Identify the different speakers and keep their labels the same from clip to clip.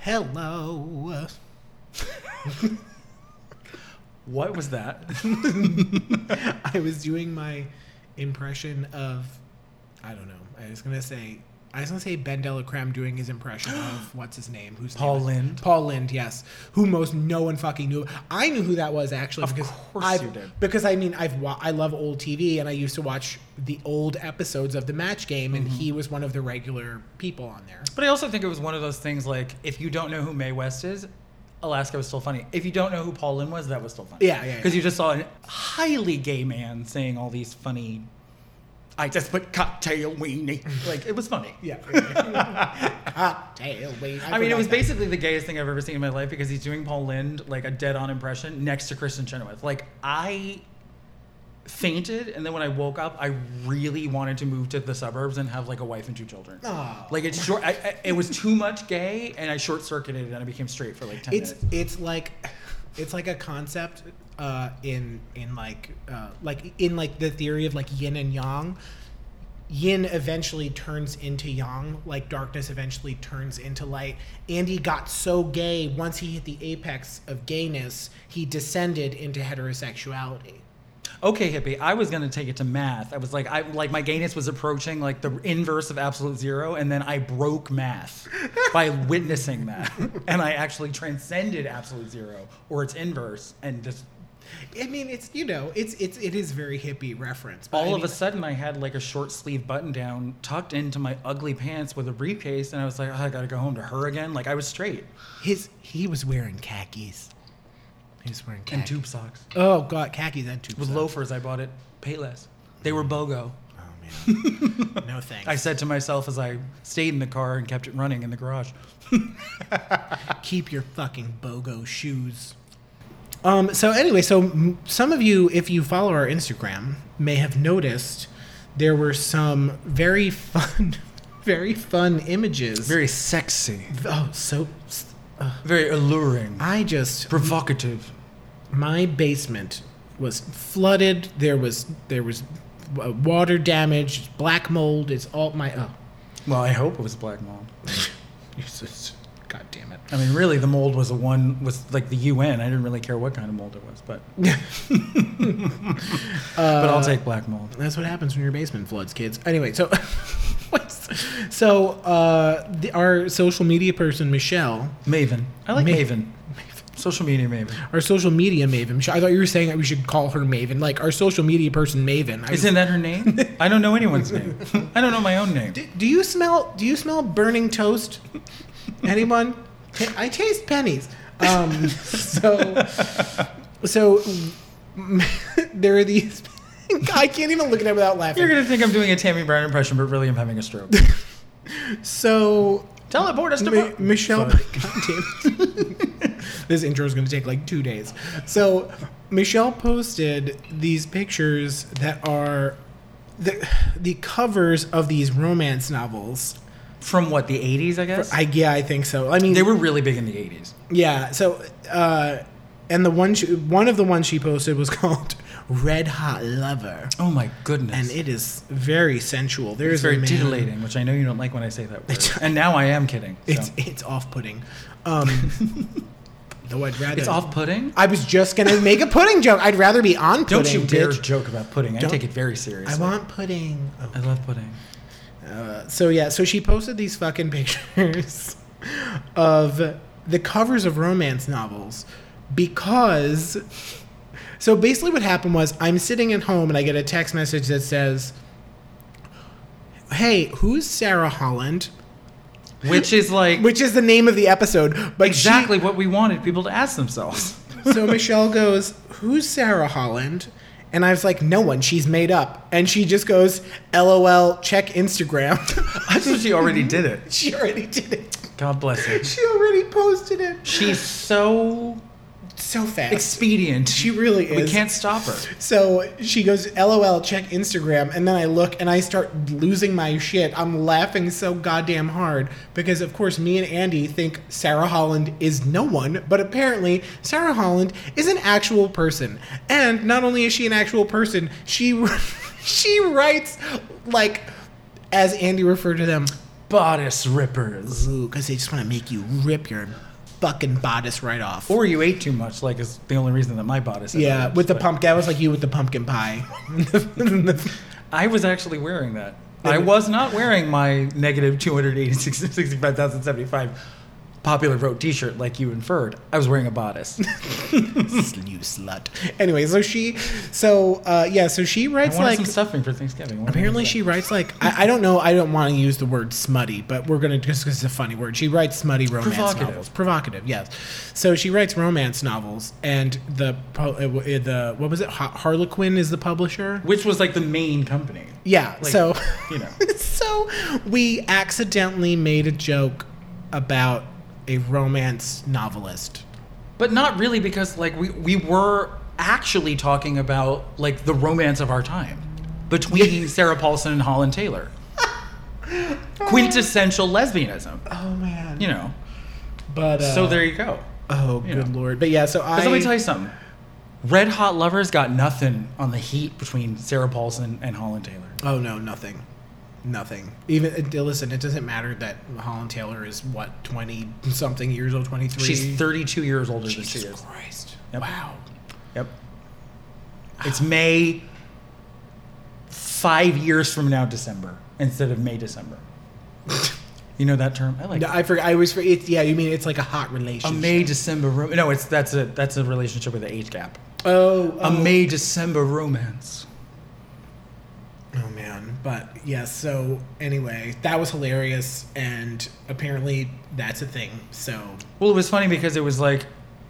Speaker 1: Hello.
Speaker 2: What was that?
Speaker 1: I was doing my impression of, I don't know. I was gonna say, I was gonna say Ben Delacreme doing his impression of what's his name? Who's
Speaker 2: Paul Lynde.
Speaker 1: Paul Lind, yes. Who most no one fucking knew. I knew who that was actually
Speaker 2: Of
Speaker 1: because
Speaker 2: course
Speaker 1: I've-
Speaker 2: you did.
Speaker 1: Because I mean, I've wa- I love old TV and I used to watch the old episodes of the Match Game, and
Speaker 2: Mm-hmm.
Speaker 1: he was one of the regular people on there.
Speaker 2: But I also think it was one of those things like if you don't know who Mae West is, Alaska was still funny. If you don't know who Paul Lynn was, that was still funny.
Speaker 1: Yeah, yeah,
Speaker 2: Because
Speaker 1: yeah.
Speaker 2: you just saw a highly gay man saying all these funny. I just put cocktail weenie. like it was funny.
Speaker 1: Yeah. Hot tail, wait,
Speaker 2: I mean, it
Speaker 1: forgot
Speaker 2: was
Speaker 1: that.
Speaker 2: basically the gayest thing I've ever seen in my life because he's doing Paul Lind like a dead-on impression next to Kristen Chenoweth. Like I fainted, and then when I woke up, I really wanted to move to the suburbs and have like a wife and two children.
Speaker 1: Aw.
Speaker 2: Like it's short. I, I, it was too much gay, and I short-circuited and I became straight for like ten
Speaker 1: it's
Speaker 2: minutes.
Speaker 1: it's like it's like a concept uh, in in like uh, like in like the theory of like yin and yang yin eventually turns into yang like darkness eventually turns into light andy got so gay once he hit the apex of gayness he descended into heterosexuality
Speaker 2: Okay, hippie. I was gonna take it to math. I was like, I like my gayness was approaching like the inverse of absolute zero, and then I broke math by witnessing that, and I actually transcended absolute zero or its inverse, and just
Speaker 1: i mean it's you know it's it's it is very hippie reference but I
Speaker 2: all of
Speaker 1: mean-
Speaker 2: a sudden I had like a short sleeve button down tucked into my ugly pants with a briefcase, and I was like, oh, I gotta go home to her again. Like I was straight
Speaker 1: his he was wearing khakis he was wearing
Speaker 2: and
Speaker 1: khakis
Speaker 2: tube socks
Speaker 1: oh god khakis and tubes
Speaker 2: with loafers I bought at Payless. They were BOGO.
Speaker 1: oh man no thanks
Speaker 2: I said to myself as I stayed in the car and kept it running in the garage.
Speaker 1: keep your fucking bogo shoes. Um, so anyway, so m- some of you, if you follow our Instagram, may have noticed there were some very fun, very fun images.
Speaker 2: Very sexy.
Speaker 1: oh, so s-
Speaker 2: very alluring,
Speaker 1: I just
Speaker 2: provocative.
Speaker 1: my basement was flooded. There was there was w- water damage, black mold. It's all my oh,
Speaker 2: Well, I hope it was black mold.
Speaker 1: it's just- god damn it.
Speaker 2: I mean, really, the mold was a one was like the UN. I didn't really care what kind of mold it was, but but I'll take black mold.
Speaker 1: That's what happens when your basement floods, kids. Anyway, so what's- so uh, the, our social media person Michelle,
Speaker 2: Maven. I like
Speaker 1: Ma-
Speaker 2: Maven. Social media Maven.
Speaker 1: our social media Maven. Mich- I thought you were saying that we should call her Maven, like our social media person Maven. I was-
Speaker 2: Isn't that her name? I don't know anyone's name. I don't know my own name.
Speaker 1: do, do you smell? Do you smell burning toast? Anyone? T- I taste pennies. Um, so so there are these. I can't even look at it without laughing.
Speaker 2: You're gonna think I'm doing a Tammy Brown impression, but really I'm having a stroke.
Speaker 1: so
Speaker 2: Teleport us to
Speaker 1: Mi-
Speaker 2: Mar-
Speaker 1: Michelle,
Speaker 2: Sorry.
Speaker 1: goddamn. this intro is going to take like two days. So Michelle posted these pictures that are the the covers of these romance novels.
Speaker 2: From what the 80s, I guess.
Speaker 1: I yeah, I think so. I mean,
Speaker 2: they were really big in the 80s.
Speaker 1: yeah. So, uh, and the one she, one of the ones she posted was called "Red Hot Lover,"
Speaker 2: Oh my goodness.
Speaker 1: and it is very sensual. There is
Speaker 2: It's very
Speaker 1: a man-
Speaker 2: titillating, which I know you don't like when I say that word. and now I am kidding. so.
Speaker 1: It's it's off putting. Um, though I'd rather
Speaker 2: It's off-putting.
Speaker 1: I was just gonna make a pudding joke. I'd rather be on pudding.
Speaker 2: Don't you dare
Speaker 1: bitch.
Speaker 2: joke about pudding. I
Speaker 1: Don't-
Speaker 2: take it very seriously.
Speaker 1: I want pudding. Oh.
Speaker 2: I love pudding.
Speaker 1: Uh, so yeah, so she posted these fucking pictures of the covers of romance novels because. So basically, what happened was I'm sitting at home and I get a text message that says, "Hey, who's Sarah Holland?"
Speaker 2: Which is like
Speaker 1: Which is the name of the episode, but she-
Speaker 2: exactly what we wanted people to ask themselves.
Speaker 1: so Michelle goes, "Who's Sarah Holland?" And I was like, "No one. She's made up." And she just goes, "LOL. Check Instagram."
Speaker 2: I thought she already did it.
Speaker 1: she already did it.
Speaker 2: God bless her.
Speaker 1: She already posted it.
Speaker 2: She's so
Speaker 1: So fast.
Speaker 2: expedient.
Speaker 1: she really
Speaker 2: we
Speaker 1: is.
Speaker 2: can't stop her.
Speaker 1: So she goes, "LOL. Check Instagram." And then I look and I start losing my shit. I'm laughing so goddamn hard because, of course, me and Andy think Sarah Holland is no one, but apparently Sarah Holland is an actual person. And not only is she an actual person, she she writes like, as Andy referred to them,
Speaker 2: bodice rippers.
Speaker 1: Ooh, because they just want to make you rip your fucking bodice right off.
Speaker 2: Or you ate too much, like is the only reason that my bodice. ever
Speaker 1: yeah,
Speaker 2: ripped,
Speaker 1: with the
Speaker 2: but-
Speaker 1: pumpkin. I was like you with the pumpkin pie.
Speaker 2: I was actually wearing that. I was not wearing my negative 285,075 popular vote t shirt like you inferred. I was wearing a bodice.
Speaker 1: you slut. Anyway, so she, so uh, yeah, so she
Speaker 2: I
Speaker 1: writes
Speaker 2: wanted
Speaker 1: like
Speaker 2: some stuffing for Thanksgiving. What am I gonna
Speaker 1: Apparently,
Speaker 2: do?
Speaker 1: she writes like I, I don't know. I don't want to use the word smutty, but we're gonna just because it's a funny word. She writes smutty romance
Speaker 2: Provocative.
Speaker 1: novels. Provocative, yes. So she writes romance novels, and the pu- uh, w- uh, the what was it? Ha- Harlequin is the publisher.
Speaker 2: Which was like the main company.
Speaker 1: Yeah.
Speaker 2: Like,
Speaker 1: so
Speaker 2: you know.
Speaker 1: so we accidentally made a joke about a romance novelist.
Speaker 2: But not really because like we, we were actually talking about like the romance of our time between Sarah Paulson and Holland Taylor. Quintessential lesbianism,
Speaker 1: Oh man.
Speaker 2: you know.
Speaker 1: But uh,
Speaker 2: so there you go.
Speaker 1: Oh
Speaker 2: you
Speaker 1: good
Speaker 2: know.
Speaker 1: lord. But yeah. So I.
Speaker 2: Because let me tell you something. Red Hot Lovers got nothing on the heat between Sarah Paulson and Holland Taylor.
Speaker 1: Oh no, nothing, nothing. Even uh, listen, it doesn't matter that Holland Taylor is what twenty something years old, twenty three.
Speaker 2: She's 32 years older than
Speaker 1: Jesus
Speaker 2: she is.
Speaker 1: Christ!
Speaker 2: Yep.
Speaker 1: Wow.
Speaker 2: Yep. It's May five years from now, December, instead of May, December. you know that term? I like
Speaker 1: No,
Speaker 2: it.
Speaker 1: I forgot. I was. It's yeah. You mean it's like a hot
Speaker 2: A
Speaker 1: relationship?
Speaker 2: May December romance. No, it's that's a that's a relationship with an age gap.
Speaker 1: oh,
Speaker 2: A
Speaker 1: oh.
Speaker 2: May December romance.
Speaker 1: Oh man. But yeah. So anyway, that was hilarious, and apparently that's a thing. So
Speaker 2: Well, it was funny because it was like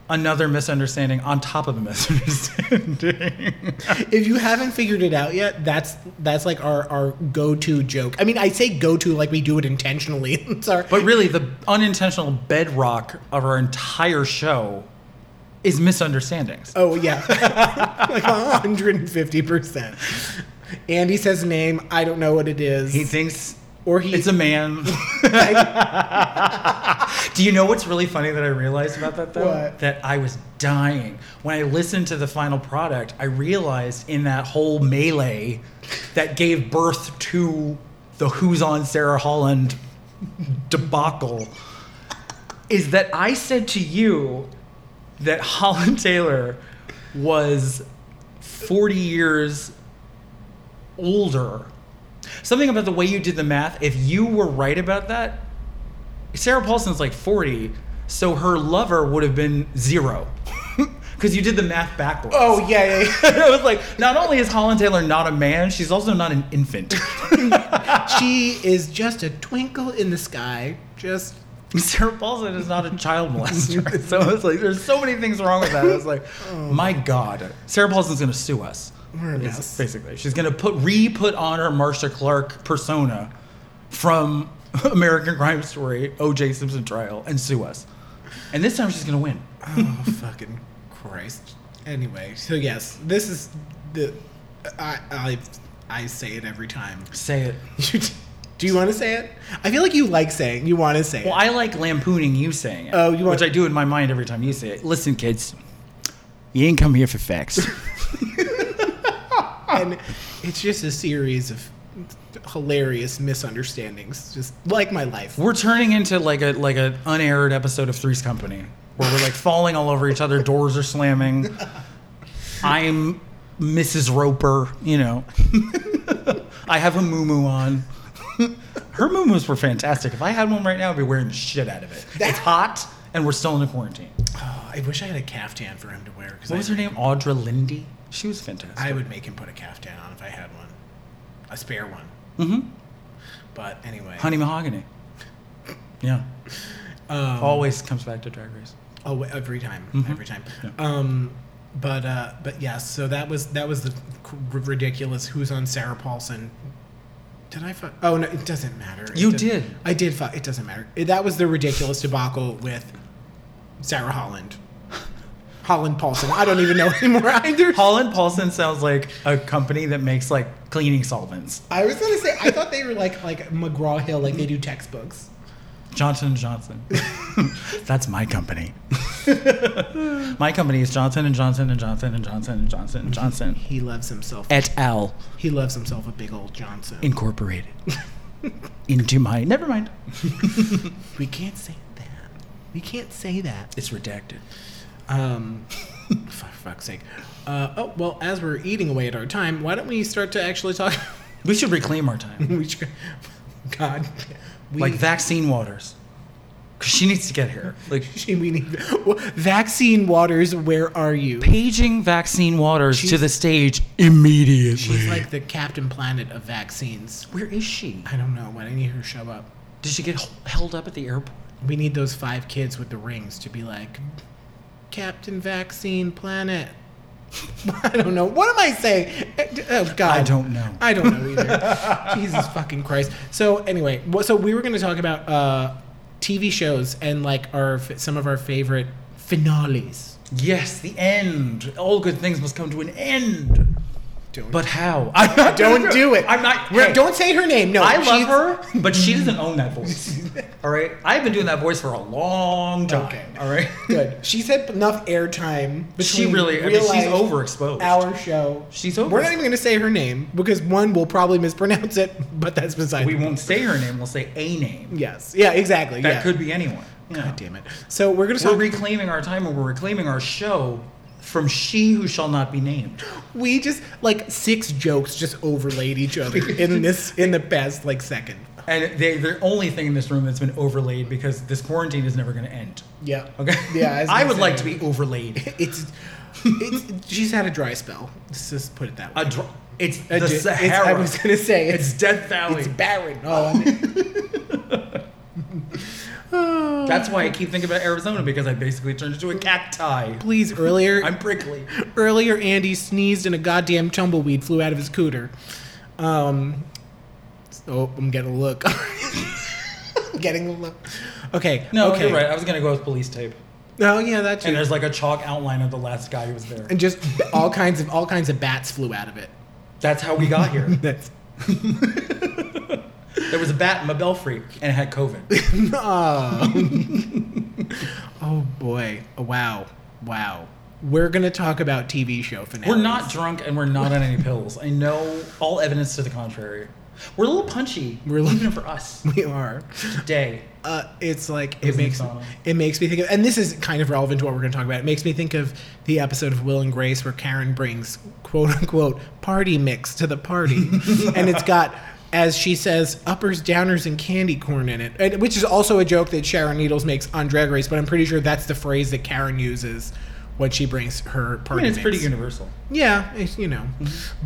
Speaker 2: another misunderstanding on top of a misunderstanding.
Speaker 1: if you haven't figured it out yet, that's that's like our our go to joke. I mean, I say go to like we do it intentionally. it's our
Speaker 2: But really, the unintentional bedrock of our entire show is misunderstandings.
Speaker 1: Oh yeah, like hundred and fifty percent. Andy says name. I don't know what it is.
Speaker 2: He thinks
Speaker 1: or he.
Speaker 2: it's a man. Do you know what's really funny that I realized about that though?
Speaker 1: What?
Speaker 2: That I was dying when I listened to the final product. I realized in that whole melee that gave birth to the "Who's on Sarah Holland" debacle is that I said to you that Holland Taylor was 40 years older. Something about the way you did the math, if you were right about that, Sarah Paulson's like 40, so her lover would have been zero. Because you did the math backwards.
Speaker 1: oh yeah, yeah,
Speaker 2: I was like, not only is Holland Taylor not a man, she's also not an infant.
Speaker 1: yeah. she is just a twinkle in the sky. Just
Speaker 2: Sarah Paulson is not a child molester. so it's like, there's so many things wrong with that. I was like, my God, Sarah Paulson's going to sue us.
Speaker 1: Oh. we're a
Speaker 2: Basi-
Speaker 1: mess.
Speaker 2: Basically, she's gonna put re-put on her Marsha Clark persona from American Crime Story, O.J. Simpson trial, and sue us. And this time she's gonna win.
Speaker 1: oh fucking Christ. Anyway, so yes, this is the. I I I say it every time.
Speaker 2: Say it.
Speaker 1: do you want to say it? I feel like you like saying. You want to say
Speaker 2: Well,
Speaker 1: it.
Speaker 2: I like lampooning you saying it.
Speaker 1: Oh, you want-
Speaker 2: which I do in my mind every time you say it. Listen, kids, you ain't come here for facts.
Speaker 1: and it's just a series of hilarious misunderstandings, just like my life.
Speaker 2: we're turning into like a like an unaired episode of Three's Company, where we're like falling all over each other. Doors are slamming. I'm Mrs. Roper, you know. I have a muumuu on. Her muumuus were fantastic. If I had one right now, I'd be wearing the shit out of it. It's hot, and we're still in the quarantine.
Speaker 1: Oh, I wish I had a caftan for him to wear. Cause
Speaker 2: What
Speaker 1: I,
Speaker 2: was her name? Audra Lindy. She was fantastic.
Speaker 1: I would make him put a caftan on if I had one, a spare one.
Speaker 2: Mm-hmm.
Speaker 1: But anyway,
Speaker 2: Honey Mahogany. Yeah.
Speaker 1: um,
Speaker 2: Always comes back to Drag Race.
Speaker 1: oh, every time,
Speaker 2: Mhm.
Speaker 1: every time.
Speaker 2: Yeah.
Speaker 1: Um, but uh, but yeah, so that was that was the c- ridiculous. Who's on Sarah Paulson? Did I fuck? Oh no, it doesn't matter. It
Speaker 2: You
Speaker 1: does-
Speaker 2: did.
Speaker 1: I did fuck. It doesn't matter. It- that was the ridiculous debacle with Sarah Holland, Holland Paulson. I don't even know anymore either.
Speaker 2: Holland Paulson sounds like a company that makes like cleaning solvents.
Speaker 1: I was gonna say I thought they were like like McGraw Hill, like they do textbooks.
Speaker 2: Johnson and Johnson. That's my company. my company is Johnson and Johnson and Johnson and Johnson and Johnson and Johnson
Speaker 1: He loves himself.
Speaker 2: et al.
Speaker 1: He loves himself a big old Johnson.
Speaker 2: Incorporated. into my. Never mind.
Speaker 1: We can't say that. We can't say that.
Speaker 2: It's redacted.
Speaker 1: Um, for fuck's sake. Uh, oh well, as we're eating away at our time, why don't we start to actually talk?
Speaker 2: We should reclaim our time,
Speaker 1: we should, God, we,
Speaker 2: like vaccine waters, because she needs to get here. Like
Speaker 1: We need vaccine waters. Where are you?
Speaker 2: paging vaccine waters to
Speaker 1: She's-
Speaker 2: the stage immediately.
Speaker 1: She's like the Captain Planet of vaccines.
Speaker 2: Where is she?
Speaker 1: I don't know. When I need her to show up,
Speaker 2: Did she get h- held up at the airport?
Speaker 1: we need those five kids with the rings to be like, Captain Vaccine Planet. I don't know. What am I saying? Oh God.
Speaker 2: I don't know.
Speaker 1: I don't know either. Jesus fucking Christ. So anyway, wha- so we were going to talk about uh, TV shows and like our f- some of our favorite finales.
Speaker 2: Yes, the end. All good things must come to an end.
Speaker 1: Don't-
Speaker 2: But how? I
Speaker 1: Don't do it.
Speaker 2: I'm not.
Speaker 1: We're-
Speaker 2: hey,
Speaker 1: Don't say her name. No,
Speaker 2: I love
Speaker 1: she's-
Speaker 2: her, but she doesn't own that voice. All right, I've been doing that voice for a long time.
Speaker 1: Okay.
Speaker 2: All right.
Speaker 1: Good. She's had enough airtime.
Speaker 2: But she
Speaker 1: between
Speaker 2: really, I mean,
Speaker 1: real
Speaker 2: she's
Speaker 1: life,
Speaker 2: overexposed.
Speaker 1: Our show.
Speaker 2: She's over.
Speaker 1: We're not even going to say her name because one will probably mispronounce it, but that's beside.
Speaker 2: we
Speaker 1: the
Speaker 2: won't say her name. We'll say a name.
Speaker 1: Yes. Yeah. Exactly.
Speaker 2: That
Speaker 1: yeah.
Speaker 2: could be anyone. Yeah.
Speaker 1: God damn it. So we're going to
Speaker 2: We're
Speaker 1: talk.
Speaker 2: reclaiming our time, and we're reclaiming our show from she who shall not be named.
Speaker 1: we just like six jokes just overlaid each other in this in the past like second.
Speaker 2: And they, the only thing in this room that's been overlaid because this quarantine is never going to end.
Speaker 1: Yeah.
Speaker 2: Okay.
Speaker 1: Yeah. was
Speaker 2: I
Speaker 1: gonna
Speaker 2: would
Speaker 1: say.
Speaker 2: like to be overlaid.
Speaker 1: It's. it's she's had a dry spell. Let's just put it that way.
Speaker 2: A dr- it's
Speaker 1: A
Speaker 2: the
Speaker 1: j- it's-
Speaker 2: Sahara.
Speaker 1: I was going to say it's oh,
Speaker 2: it's Death Valley.
Speaker 1: It's barren. all on it.
Speaker 2: That's why I keep thinking about Arizona because I basically turned into a cacti.
Speaker 1: Please, earlier,
Speaker 2: I'm prickly.
Speaker 1: earlier, Andy sneezed and a goddamn tumbleweed flew out of his cooter. Um, oh, I'm getting a look. getting a look. Okay.
Speaker 2: No,
Speaker 1: okay.
Speaker 2: you're right. I was gonna go with police tape,
Speaker 1: Oh yeah, that too.
Speaker 2: and
Speaker 1: And,
Speaker 2: there's like a chalk outline of the last guy who was there.
Speaker 1: just all kinds of all kinds of bats flew out of it.
Speaker 2: That's how we got here.
Speaker 1: That's
Speaker 2: there was a bat in my belfry, and it had COVID.
Speaker 1: oh. oh boy. Wow. Wow. We're gonna talk about TV show finales.
Speaker 2: We're not drunk, and we're not on any pills. I know all evidence to the contrary. We're a little punchy,
Speaker 1: We're a
Speaker 2: even for us
Speaker 1: We are.
Speaker 2: today.
Speaker 1: Uh, it's like it
Speaker 2: was in the
Speaker 1: makes
Speaker 2: sauna.
Speaker 1: it makes me think of, and this is kind of relevant to what we're going to talk about. It makes me think of the episode of Will and Grace where Karen brings quote unquote party mix to the party, and it's got as she says uppers, downers, and candy corn in it, and, which is also a joke that Sharon Needles makes on Drag Race. But I'm pretty sure that's the phrase that Karen uses when she brings her
Speaker 2: I
Speaker 1: party.
Speaker 2: mean, it's
Speaker 1: mix.
Speaker 2: pretty Mm-hmm. universal.
Speaker 1: Yeah, it's, you know,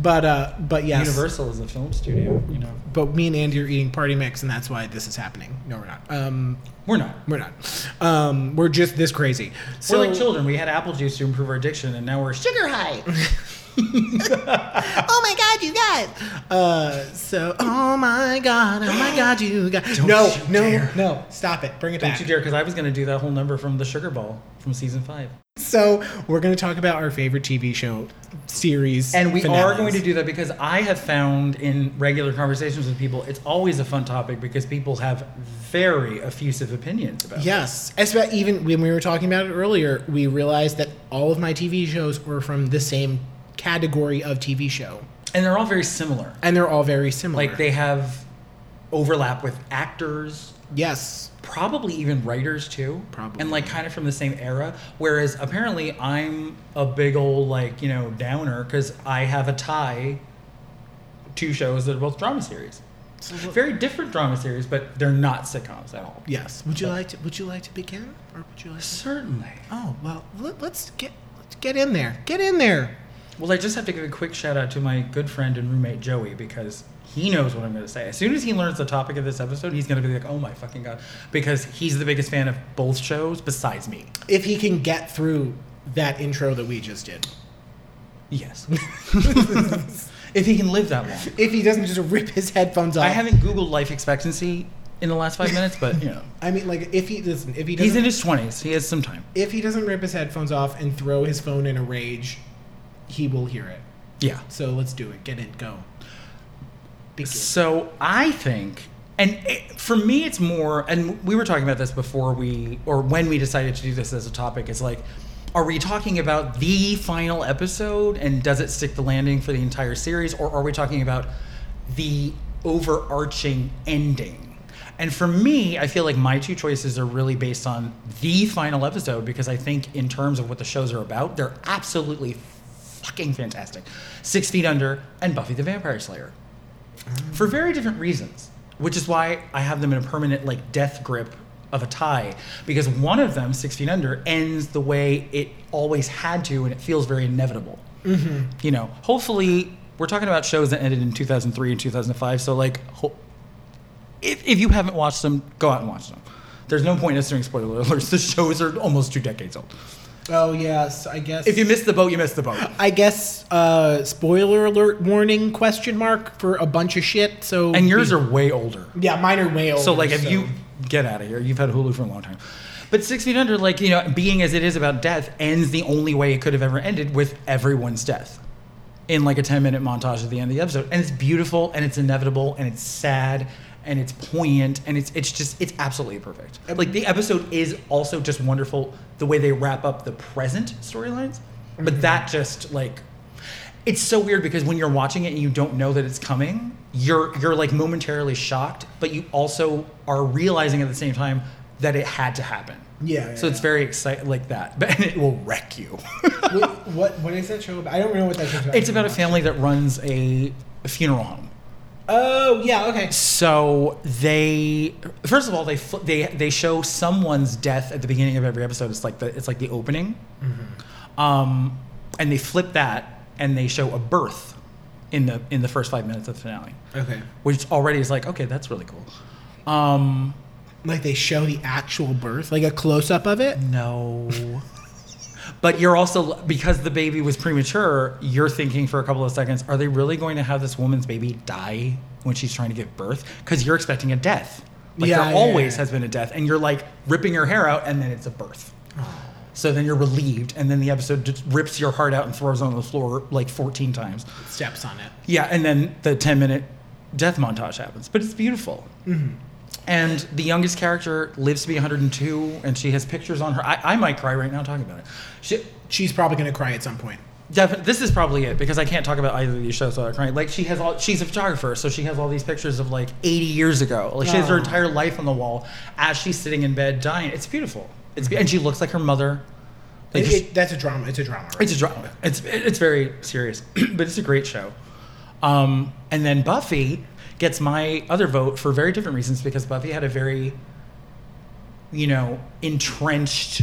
Speaker 1: but uh, but yes,
Speaker 2: Universal is a film studio. You know,
Speaker 1: but me and Andy are eating party mix, and that's why this is happening. No, we're not. Um,
Speaker 2: we're not.
Speaker 1: we're not. Um, we're just this crazy. So,
Speaker 2: we're like children. We had apple juice to improve our addiction, and now we're sugar high.
Speaker 1: oh my god, you guys. Uh, so, oh my god, oh my god, you guys. no,
Speaker 2: you
Speaker 1: no,
Speaker 2: dare.
Speaker 1: no. Stop it. Bring it
Speaker 2: Don't
Speaker 1: back.
Speaker 2: you dare, because I was going to do that whole number from the Sugar Ball from season five.
Speaker 1: So, we're going to talk about our favorite TV show series,
Speaker 2: And we
Speaker 1: finales.
Speaker 2: are going to do that because I have found in regular conversations with people, it's always a fun topic because people have very effusive opinions about it.
Speaker 1: Yes, as about even when we were talking about it earlier, we realized that all of my TV shows were from the same category of TV show,
Speaker 2: And they're all very similar.
Speaker 1: and they're all very similar.
Speaker 2: Like they have overlap with actors,
Speaker 1: yes,
Speaker 2: probably even writers too.
Speaker 1: Probably.
Speaker 2: And like kind of from the same era. Whereas apparently I'm a big old like, you know, downer because I have a tie to shows that are both drama series. Very different drama series, but they're not sitcoms at all.
Speaker 1: yes. Would you like to? Would you like to begin, or would you like? To
Speaker 2: Certainly.
Speaker 1: Oh well, let, let's get let's get in there. Get in there.
Speaker 2: Well, I just have to give a quick shout out to my good friend and roommate Joey because he knows what I'm going to say. As soon as he learns the topic of this episode, he's going to be like, "Oh my fucking god!" Because he's the biggest fan of both shows besides me.
Speaker 1: If he can get through that intro that we just did,
Speaker 2: Yes. if he can live that long.
Speaker 1: if he doesn't just rip his headphones off.
Speaker 2: I haven't Googled life expectancy in the last five minutes, but you know,
Speaker 1: I mean, like if he listen, if he
Speaker 2: he's
Speaker 1: doesn't,
Speaker 2: in his twenties. He has some time.
Speaker 1: if he doesn't rip his headphones off and throw his phone in a rage, he will hear it.
Speaker 2: Yeah.
Speaker 1: So let's do it. Get it. Go. Begin.
Speaker 2: So I think, and it, for me, it's more, and we were talking about this before we, or when we decided to do this as a topic, is like, are we talking about the final episode and does it stick the landing for the entire series, or are we talking about the overarching ending. And for me, I feel like my two choices are really based on the final episode because I think, in terms of what the shows are about, they're absolutely fucking fantastic. Six Feet Under and Buffy the Vampire Slayer. For very different reasons, which is why I have them in a permanent, like, death grip of a tie because one of them, Six Feet Under, ends the way it always had to and it feels very inevitable. You know, hopefully, we're talking about shows that ended in 2003 and 2005, so, like, ho- if, if you haven't watched them, go out and watch them. There's no point in us doing spoiler alerts. The shows are almost two decades old.
Speaker 1: Oh yes, I guess.
Speaker 2: If you miss the boat, you miss the boat.
Speaker 1: I guess uh, spoiler alert warning question mark for a bunch of shit. So
Speaker 2: And yours are way older.
Speaker 1: yeah, mine are way older.
Speaker 2: So like, if
Speaker 1: um,
Speaker 2: you get out of here, you've had Hulu for a long time. But Six Feet Under, like you know, being as it is about death, ends the only way it could have ever ended with everyone's death, in like a ten-minute montage at the end of the episode, and it's beautiful, and it's inevitable, and it's sad, and it's poignant, and it's it's just it's absolutely perfect. Like the episode is also just wonderful the way they wrap up the present storylines,
Speaker 1: Mm-hmm.
Speaker 2: but that just like it's so weird because when you're watching it and you don't know that it's coming, you're you're like momentarily shocked, but you also are realizing at the same time that it had to happen.
Speaker 1: yeah, yeah,
Speaker 2: So it's
Speaker 1: yeah.
Speaker 2: very exciting like that, but it will wreck you.
Speaker 1: Wh- what what is that show about? I don't know what that show about.
Speaker 2: it's about a family that runs a, a funeral home.
Speaker 1: Oh yeah, okay.
Speaker 2: So they first of all they fl- they they show someone's death at the beginning of every episode. It's like the it's like the opening, um, and they flip that and they show a birth in the in the first five minutes of the finale,
Speaker 1: Okay,
Speaker 2: which already is like okay that's really cool. Um,
Speaker 1: like they show the actual birth, like a close up of it.
Speaker 2: no, but you're also because the baby was premature. You're thinking for a couple of seconds, are they really going to have this woman's baby die when she's trying to give birth? Because you're expecting a death. Like
Speaker 1: Yeah,
Speaker 2: there
Speaker 1: yeah,
Speaker 2: always
Speaker 1: yeah.
Speaker 2: has been a death, and you're like ripping your hair out, and then it's a birth.
Speaker 1: Oh.
Speaker 2: So then you're relieved, and then the episode just rips your heart out and throws it on the floor like 14 times.
Speaker 1: Steps on it.
Speaker 2: Yeah, and then the 10 minute death montage happens, but it's beautiful.
Speaker 1: Mm-hmm.
Speaker 2: And the youngest character lives to be 102, and she has pictures on her. I, I might cry right now talking about it. She,
Speaker 1: She's probably gonna cry at some point.
Speaker 2: Definitely, this is probably it because I can't talk about either of these shows without crying. Like she has all, she's a photographer, so she has all these pictures of like 80 years ago. Like she has her
Speaker 1: Oh.
Speaker 2: entire life on the wall as she's sitting in bed dying. It's beautiful. It's be- and she looks like her mother. Like
Speaker 1: It-
Speaker 2: just-
Speaker 1: it- that's a drama. It's a drama. Right?
Speaker 2: it's a drama. It's it's very serious, but it's a great show. Um, and then Buffy gets my other vote for very different reasons because Buffy had a very, you know, entrenched,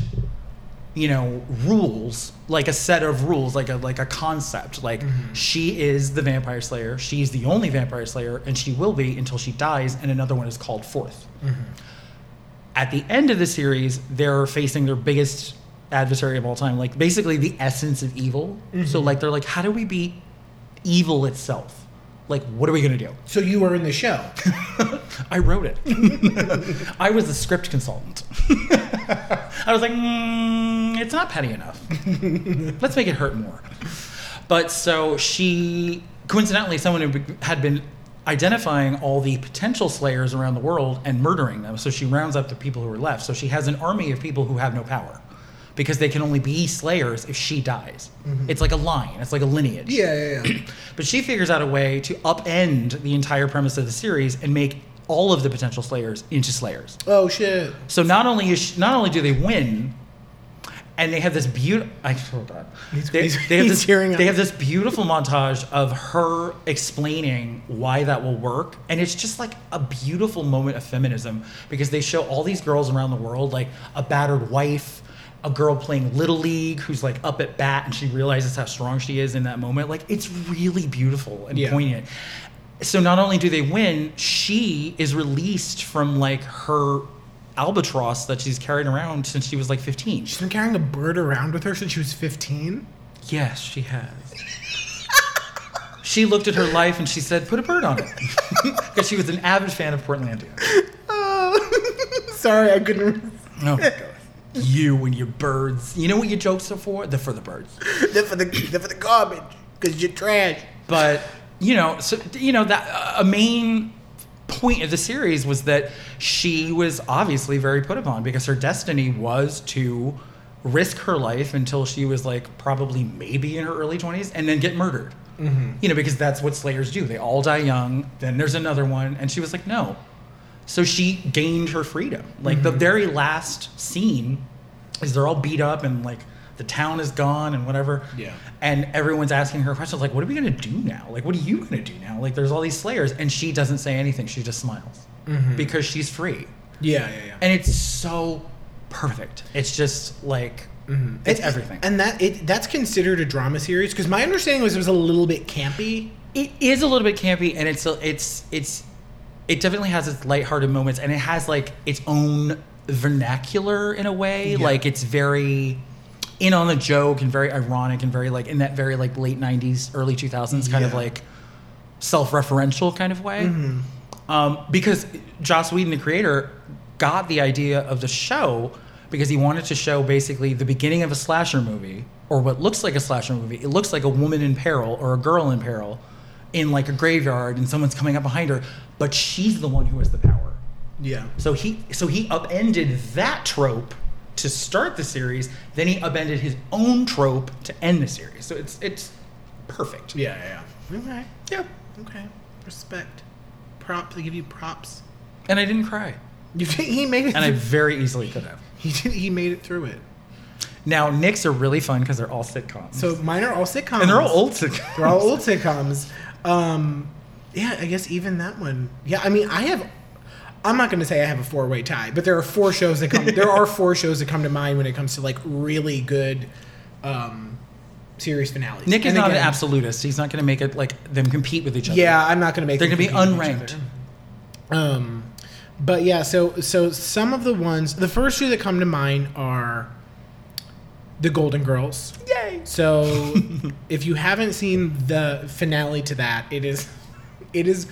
Speaker 2: you know, rules like a set of rules, like a like a concept. Like she is the vampire slayer. She's the only vampire slayer, and she will be until she dies, and another one is called forth at the end of the series, they're facing their biggest adversary of all time, like basically the essence of evil. So like they're like, how do we beat evil itself? Like, what are we gonna do?
Speaker 1: so you were in the show.
Speaker 2: I wrote it. I was the script consultant. I was like, mm, it's not petty enough. Let's make it hurt more. But so she, coincidentally, someone who be- had been identifying all the potential slayers around the world and murdering them. So she rounds up the people who are left. So she has an army of people who have no power because they can only be slayers if she dies. It's like a line, it's like a lineage.
Speaker 1: yeah, yeah, yeah.
Speaker 2: But she figures out a way to upend the entire premise of the series and make all of the potential slayers into slayers.
Speaker 1: oh shit.
Speaker 2: So not only is she, not only do they win, and they have this beautiful. I oh God.
Speaker 1: He's-
Speaker 2: They,
Speaker 1: he's-
Speaker 2: they have
Speaker 1: he's
Speaker 2: this.
Speaker 1: tearing up.
Speaker 2: They have this beautiful montage of her explaining why that will work, and it's just like a beautiful moment of feminism because they show all these girls around the world, like a battered wife. A girl playing little league who's like up at bat and she realizes how strong she is in that moment. Like it's really beautiful and
Speaker 1: Yeah.
Speaker 2: poignant. So not only do they win, she is released from like her albatross that she's carried around since she was like 15.
Speaker 1: She's been carrying a bird around with her since she was fifteen.
Speaker 2: Yes, she has. she looked at her life and she said, "Put a bird on it," because she was an avid fan of Portlandia.
Speaker 1: Oh, sorry, I couldn't.
Speaker 2: Oh my god. You and your birds. You know what your jokes are for? They're for the birds.
Speaker 1: They're for the they're for the garbage because you're trash.
Speaker 2: but you know, so you know that a main point of the series was that she was obviously very put upon because her destiny was to risk her life until she was like probably maybe in her early 20s and then get murdered. You know, because that's what slayers do. They all die young, then there's another one. And she was like, no. So she gained her freedom. Like the very last scene is they're all beat up and like the town is gone and whatever.
Speaker 1: Yeah.
Speaker 2: And everyone's asking her questions like, what are we going to do now? Like, what are you going to do now? Like, there's all these slayers. And she doesn't say anything. She just smiles because she's free.
Speaker 1: Yeah, yeah, yeah.
Speaker 2: And it's so perfect. It's just like,
Speaker 1: And-
Speaker 2: it's everything.
Speaker 1: Mm-hmm. and that it that's considered a drama series because my understanding was it was a little bit campy.
Speaker 2: it is a little bit campy and it's it's it's it definitely has its lighthearted moments and it has like its own vernacular in a way
Speaker 1: Yeah.
Speaker 2: like it's very in on the joke and very ironic and very like in that very like late 90s early 2000s kind of
Speaker 1: Yeah.
Speaker 2: like self-referential kind of way um, because joss whedon the creator got the idea of the show because he wanted to show basically the beginning of a slasher movie or what looks like a slasher movie it looks like a woman in peril or a girl in peril in like a graveyard and someone's coming up behind her but she's the one who has the power
Speaker 1: Yeah.
Speaker 2: so he so he upended that trope to start the series. Then he upended his own trope to end the series. So it's it's perfect.
Speaker 1: Yeah, yeah, yeah. Okay.
Speaker 2: Yeah.
Speaker 1: Okay. Respect. Props. They give you props.
Speaker 2: And I didn't cry.
Speaker 1: You think he made it?
Speaker 2: And I
Speaker 1: through-
Speaker 2: very easily could have.
Speaker 1: he did. He made it through it.
Speaker 2: Now Nicks are really fun because they're all sitcoms.
Speaker 1: So um, mine are all sitcoms.
Speaker 2: and they're all old sitcoms.
Speaker 1: They're all old sitcoms. Um, yeah, I guess even that one. Yeah, I mean, I have. I'm not going to say I have a four way tie, but there are four shows that come. there are four shows that come to mind when it comes to like really good um, series finales.
Speaker 2: Nick is
Speaker 1: And
Speaker 2: not an
Speaker 1: again,
Speaker 2: absolutist. He's not going to make it like them compete with each other.
Speaker 1: Yeah, I'm not going to make.
Speaker 2: They're
Speaker 1: them
Speaker 2: gonna be
Speaker 1: compete with each
Speaker 2: unranked.
Speaker 1: other. Um, but yeah, so so some of the ones, the first two that come to mind are the Golden Girls.
Speaker 2: Yay.
Speaker 1: So if you haven't seen the finale to that, it is it is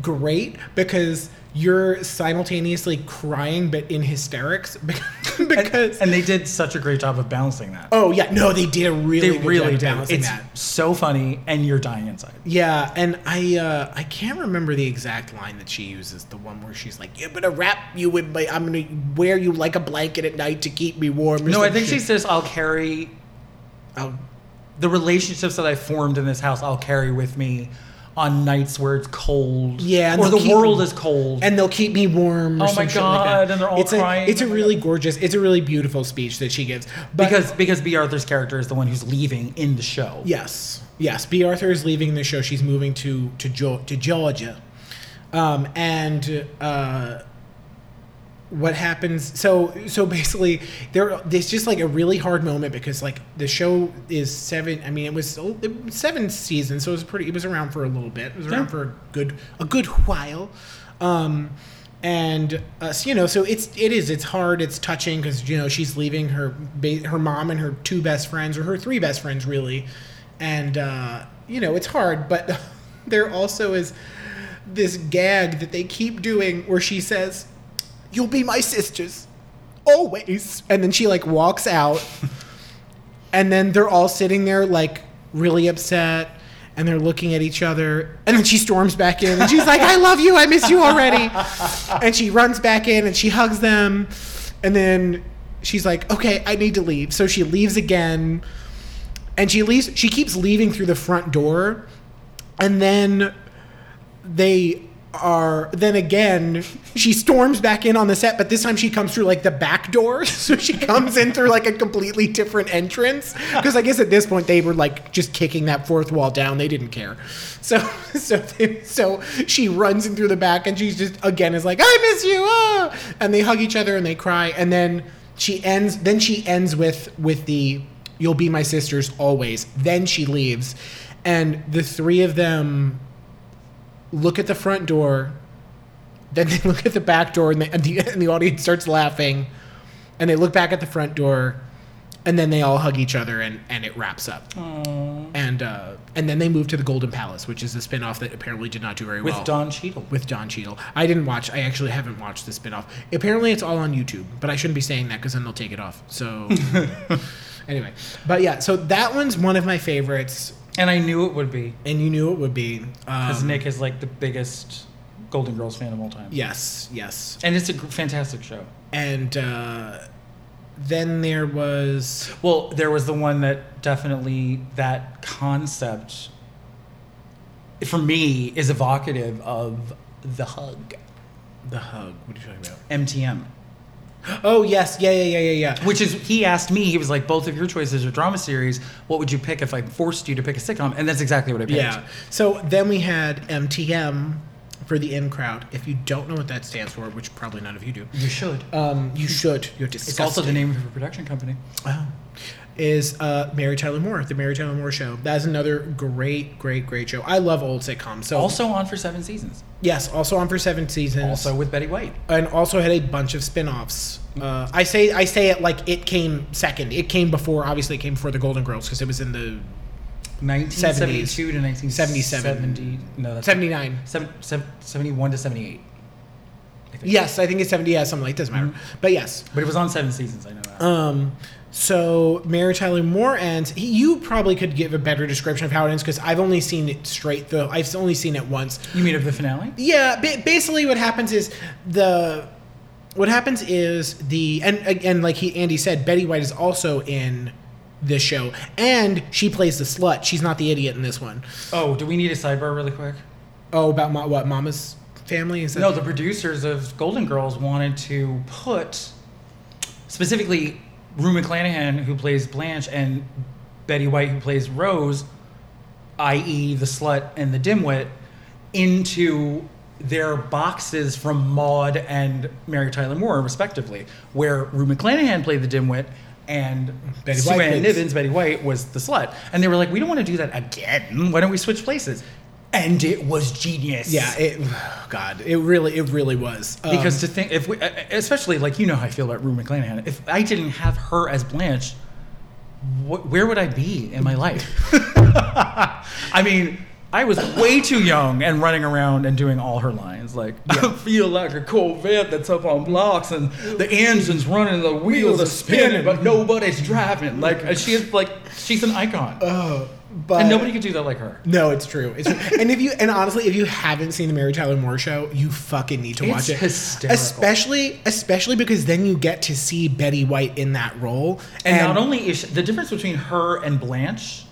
Speaker 1: great because you're simultaneously crying but in hysterics because,
Speaker 2: And,
Speaker 1: because
Speaker 2: and they did such a great job of balancing that.
Speaker 1: oh yeah no they did a really
Speaker 2: they
Speaker 1: good job
Speaker 2: really did.
Speaker 1: balancing
Speaker 2: It's
Speaker 1: that
Speaker 2: so funny, and you're dying inside.
Speaker 1: yeah and I uh, I can't remember the exact line that she uses the one where she's like you're gonna wrap you in my I'm gonna wear you like a blanket at night to keep me warm or
Speaker 2: No, I
Speaker 1: some
Speaker 2: think she
Speaker 1: shit. Oh,
Speaker 2: says I'll carry
Speaker 1: I'll-
Speaker 2: the relationships that I formed in this house I'll carry with me on nights where it's cold.
Speaker 1: Yeah, and
Speaker 2: Or
Speaker 1: they'll
Speaker 2: the
Speaker 1: keep-
Speaker 2: world is cold.
Speaker 1: and they'll keep me warm. Or
Speaker 2: Oh
Speaker 1: some
Speaker 2: my
Speaker 1: shit like that.
Speaker 2: God, and they're all
Speaker 1: it's
Speaker 2: crying.
Speaker 1: A, it's a
Speaker 2: Oh my
Speaker 1: really gorgeous. It's a really beautiful speech that she gives. But,
Speaker 2: because because B. Arthur's character is the one who's leaving in the show.
Speaker 1: yes, yes, B. Arthur is leaving the show. She's moving to to Geo- to Georgia, um, and. Uh, what happens so so basically there there's just like a really hard moment because like the show is seven i mean it was oh, it was seven seasons so it was pretty it was around for a little bit it was around
Speaker 2: Yeah.
Speaker 1: for a good a good while um and uh, so, you know so it's it is it's hard it's touching because you know she's leaving her ba- her mom and her two best friends or her three best friends really and uh you know it's hard but there also is this gag that they keep doing where she says you'll be my sisters always and then she like walks out and then they're all sitting there like really upset and they're looking at each other and then she storms back in and she's like i love you i miss you already and she runs back in and she hugs them and then she's like okay i need to leave so she leaves again and she leaves she keeps leaving through the front door and then they are then again she storms back in on the set but this time she comes through like the back door so she comes in through like a completely different entrance because i guess at this point they were like just kicking that fourth wall down they didn't care so so they, so she runs in through the back and she's just again is like i miss you ah! and they hug each other and they cry and then she ends then she ends with with the you'll be my sisters always then she leaves and the three of them look at the front door, then they look at the back door, and, they, and, the, and the audience starts laughing, and they look back at the front door, and then they all hug each other, and, and it wraps up. And uh, and then they move to the Golden Palace, which is a spinoff that apparently did not do very
Speaker 2: With
Speaker 1: well.
Speaker 2: Don Cheadle.
Speaker 1: with Don Cheadle. I didn't watch. I actually haven't watched the spinoff. Apparently, it's all on YouTube, but I shouldn't be saying that because then they'll take it off. So. Anyway, but yeah, so that one's one of my favorites,
Speaker 2: And I knew it would be.
Speaker 1: and you knew it would be. Um,
Speaker 2: Because Nick is like the biggest Golden Girls fan of all time.
Speaker 1: yes, yes.
Speaker 2: And it's a gr- fantastic show.
Speaker 1: and uh, then there was
Speaker 2: Well, there was the one that definitely that concept for me is evocative of the hug,
Speaker 1: The hug. What are you talking
Speaker 2: MTM.
Speaker 1: about? Oh yes, yeah, yeah, yeah, yeah, yeah.
Speaker 2: Which is, he asked me, he was like, both of your choices are drama series. What would you pick if I forced you to pick a sitcom? And that's exactly what I picked.
Speaker 1: Yeah. So then we had MTM for the in crowd. If you don't know what that stands for, which probably none of you do,
Speaker 2: You should.
Speaker 1: um, you should. You're
Speaker 2: it's
Speaker 1: disgusting.
Speaker 2: also the name of her production company.
Speaker 1: Oh. Is uh, Mary Tyler Moore, the Mary Tyler Moore Show. That is another great, great, great show. I love old sitcoms. So
Speaker 2: Also on for seven seasons.
Speaker 1: yes, also on for seven seasons.
Speaker 2: Also with Betty White.
Speaker 1: and also had a bunch of spin-offs. Uh, I say I say it like it came second. It came before, obviously, it came before the Golden Girls because it was in the
Speaker 2: 1972 to 1977.
Speaker 1: 77.
Speaker 2: No, that's
Speaker 1: seventy nine.
Speaker 2: seven, seven, 71 to 78. I think.
Speaker 1: Yes, I think it's seventy. Yeah, something like doesn't matter. But yes.
Speaker 2: But it was on seven seasons, I know that.
Speaker 1: Um, so Mary Tyler Moore ends. He, you probably could give a better description of how it ends because I've only seen it straight though. I've only seen it once.
Speaker 2: you mean of the finale?
Speaker 1: Yeah, ba- basically what happens is the what happens is the and again like he Andy said Betty White is also in this show and she plays the slut. She's not the idiot in this one.
Speaker 2: Oh, do we need a sidebar really quick?
Speaker 1: Oh, about ma- what Mama's family is that?
Speaker 2: No, the producers of Golden Girls wanted to put specifically Rue McClanahan, who plays Blanche, and Betty White, who plays Rose, i.e., the slut and the dimwit, into their boxes from Maud and Mary Tyler Moore, respectively, where Rue McClanahan played the dimwit and
Speaker 1: Betty
Speaker 2: Sue
Speaker 1: White
Speaker 2: Ann
Speaker 1: plays-
Speaker 2: Nivens, Betty White, was the slut. And they were like, we don't want to do that again. Why don't we switch places? And it was genius
Speaker 1: yeah, it, God, it really it really was Um,
Speaker 2: because to think if we e, especially like you know how i feel about rue mcclanahan if i didn't have her as blanche wh- where would i be in my life i mean i was way too young and running around and doing all her lines like i feel like a corvette that's up on blocks and the engine's running the wheels are spinning but nobody's driving like uh, she is like she's an icon
Speaker 1: uh, but
Speaker 2: and nobody could do that like her
Speaker 1: No, it's true. It's true. and if you and honestly, if you haven't seen the Mary Tyler Moore show, you fucking need to
Speaker 2: It's
Speaker 1: watch it.
Speaker 2: hysterical.
Speaker 1: Especially especially because then you get to see Betty White in that role.
Speaker 2: And, not only is she, the difference between her and Blanche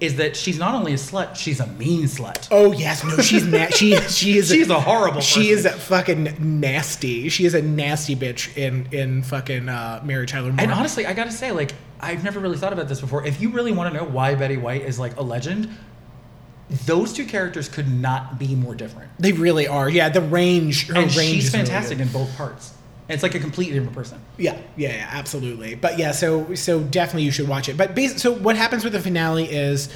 Speaker 2: is that she's not only a slut, she's a mean slut.
Speaker 1: Oh yes, no, she's na- she she is
Speaker 2: She's a horrible
Speaker 1: She
Speaker 2: person.
Speaker 1: is a fucking nasty. She is a nasty bitch in in fucking uh, Mary Tyler Moore.
Speaker 2: And honestly, I gotta say, like, I've never really thought about this before. If you really want to know why Betty White is like a legend, those two characters could not be more different.
Speaker 1: they really are. Yeah, the range. Her
Speaker 2: and
Speaker 1: range
Speaker 2: she's
Speaker 1: is really
Speaker 2: fantastic
Speaker 1: good.
Speaker 2: in both parts. And it's like a completely different person.
Speaker 1: Yeah, yeah, yeah, absolutely. But yeah, so so definitely you should watch it. But bas- so what happens with the finale is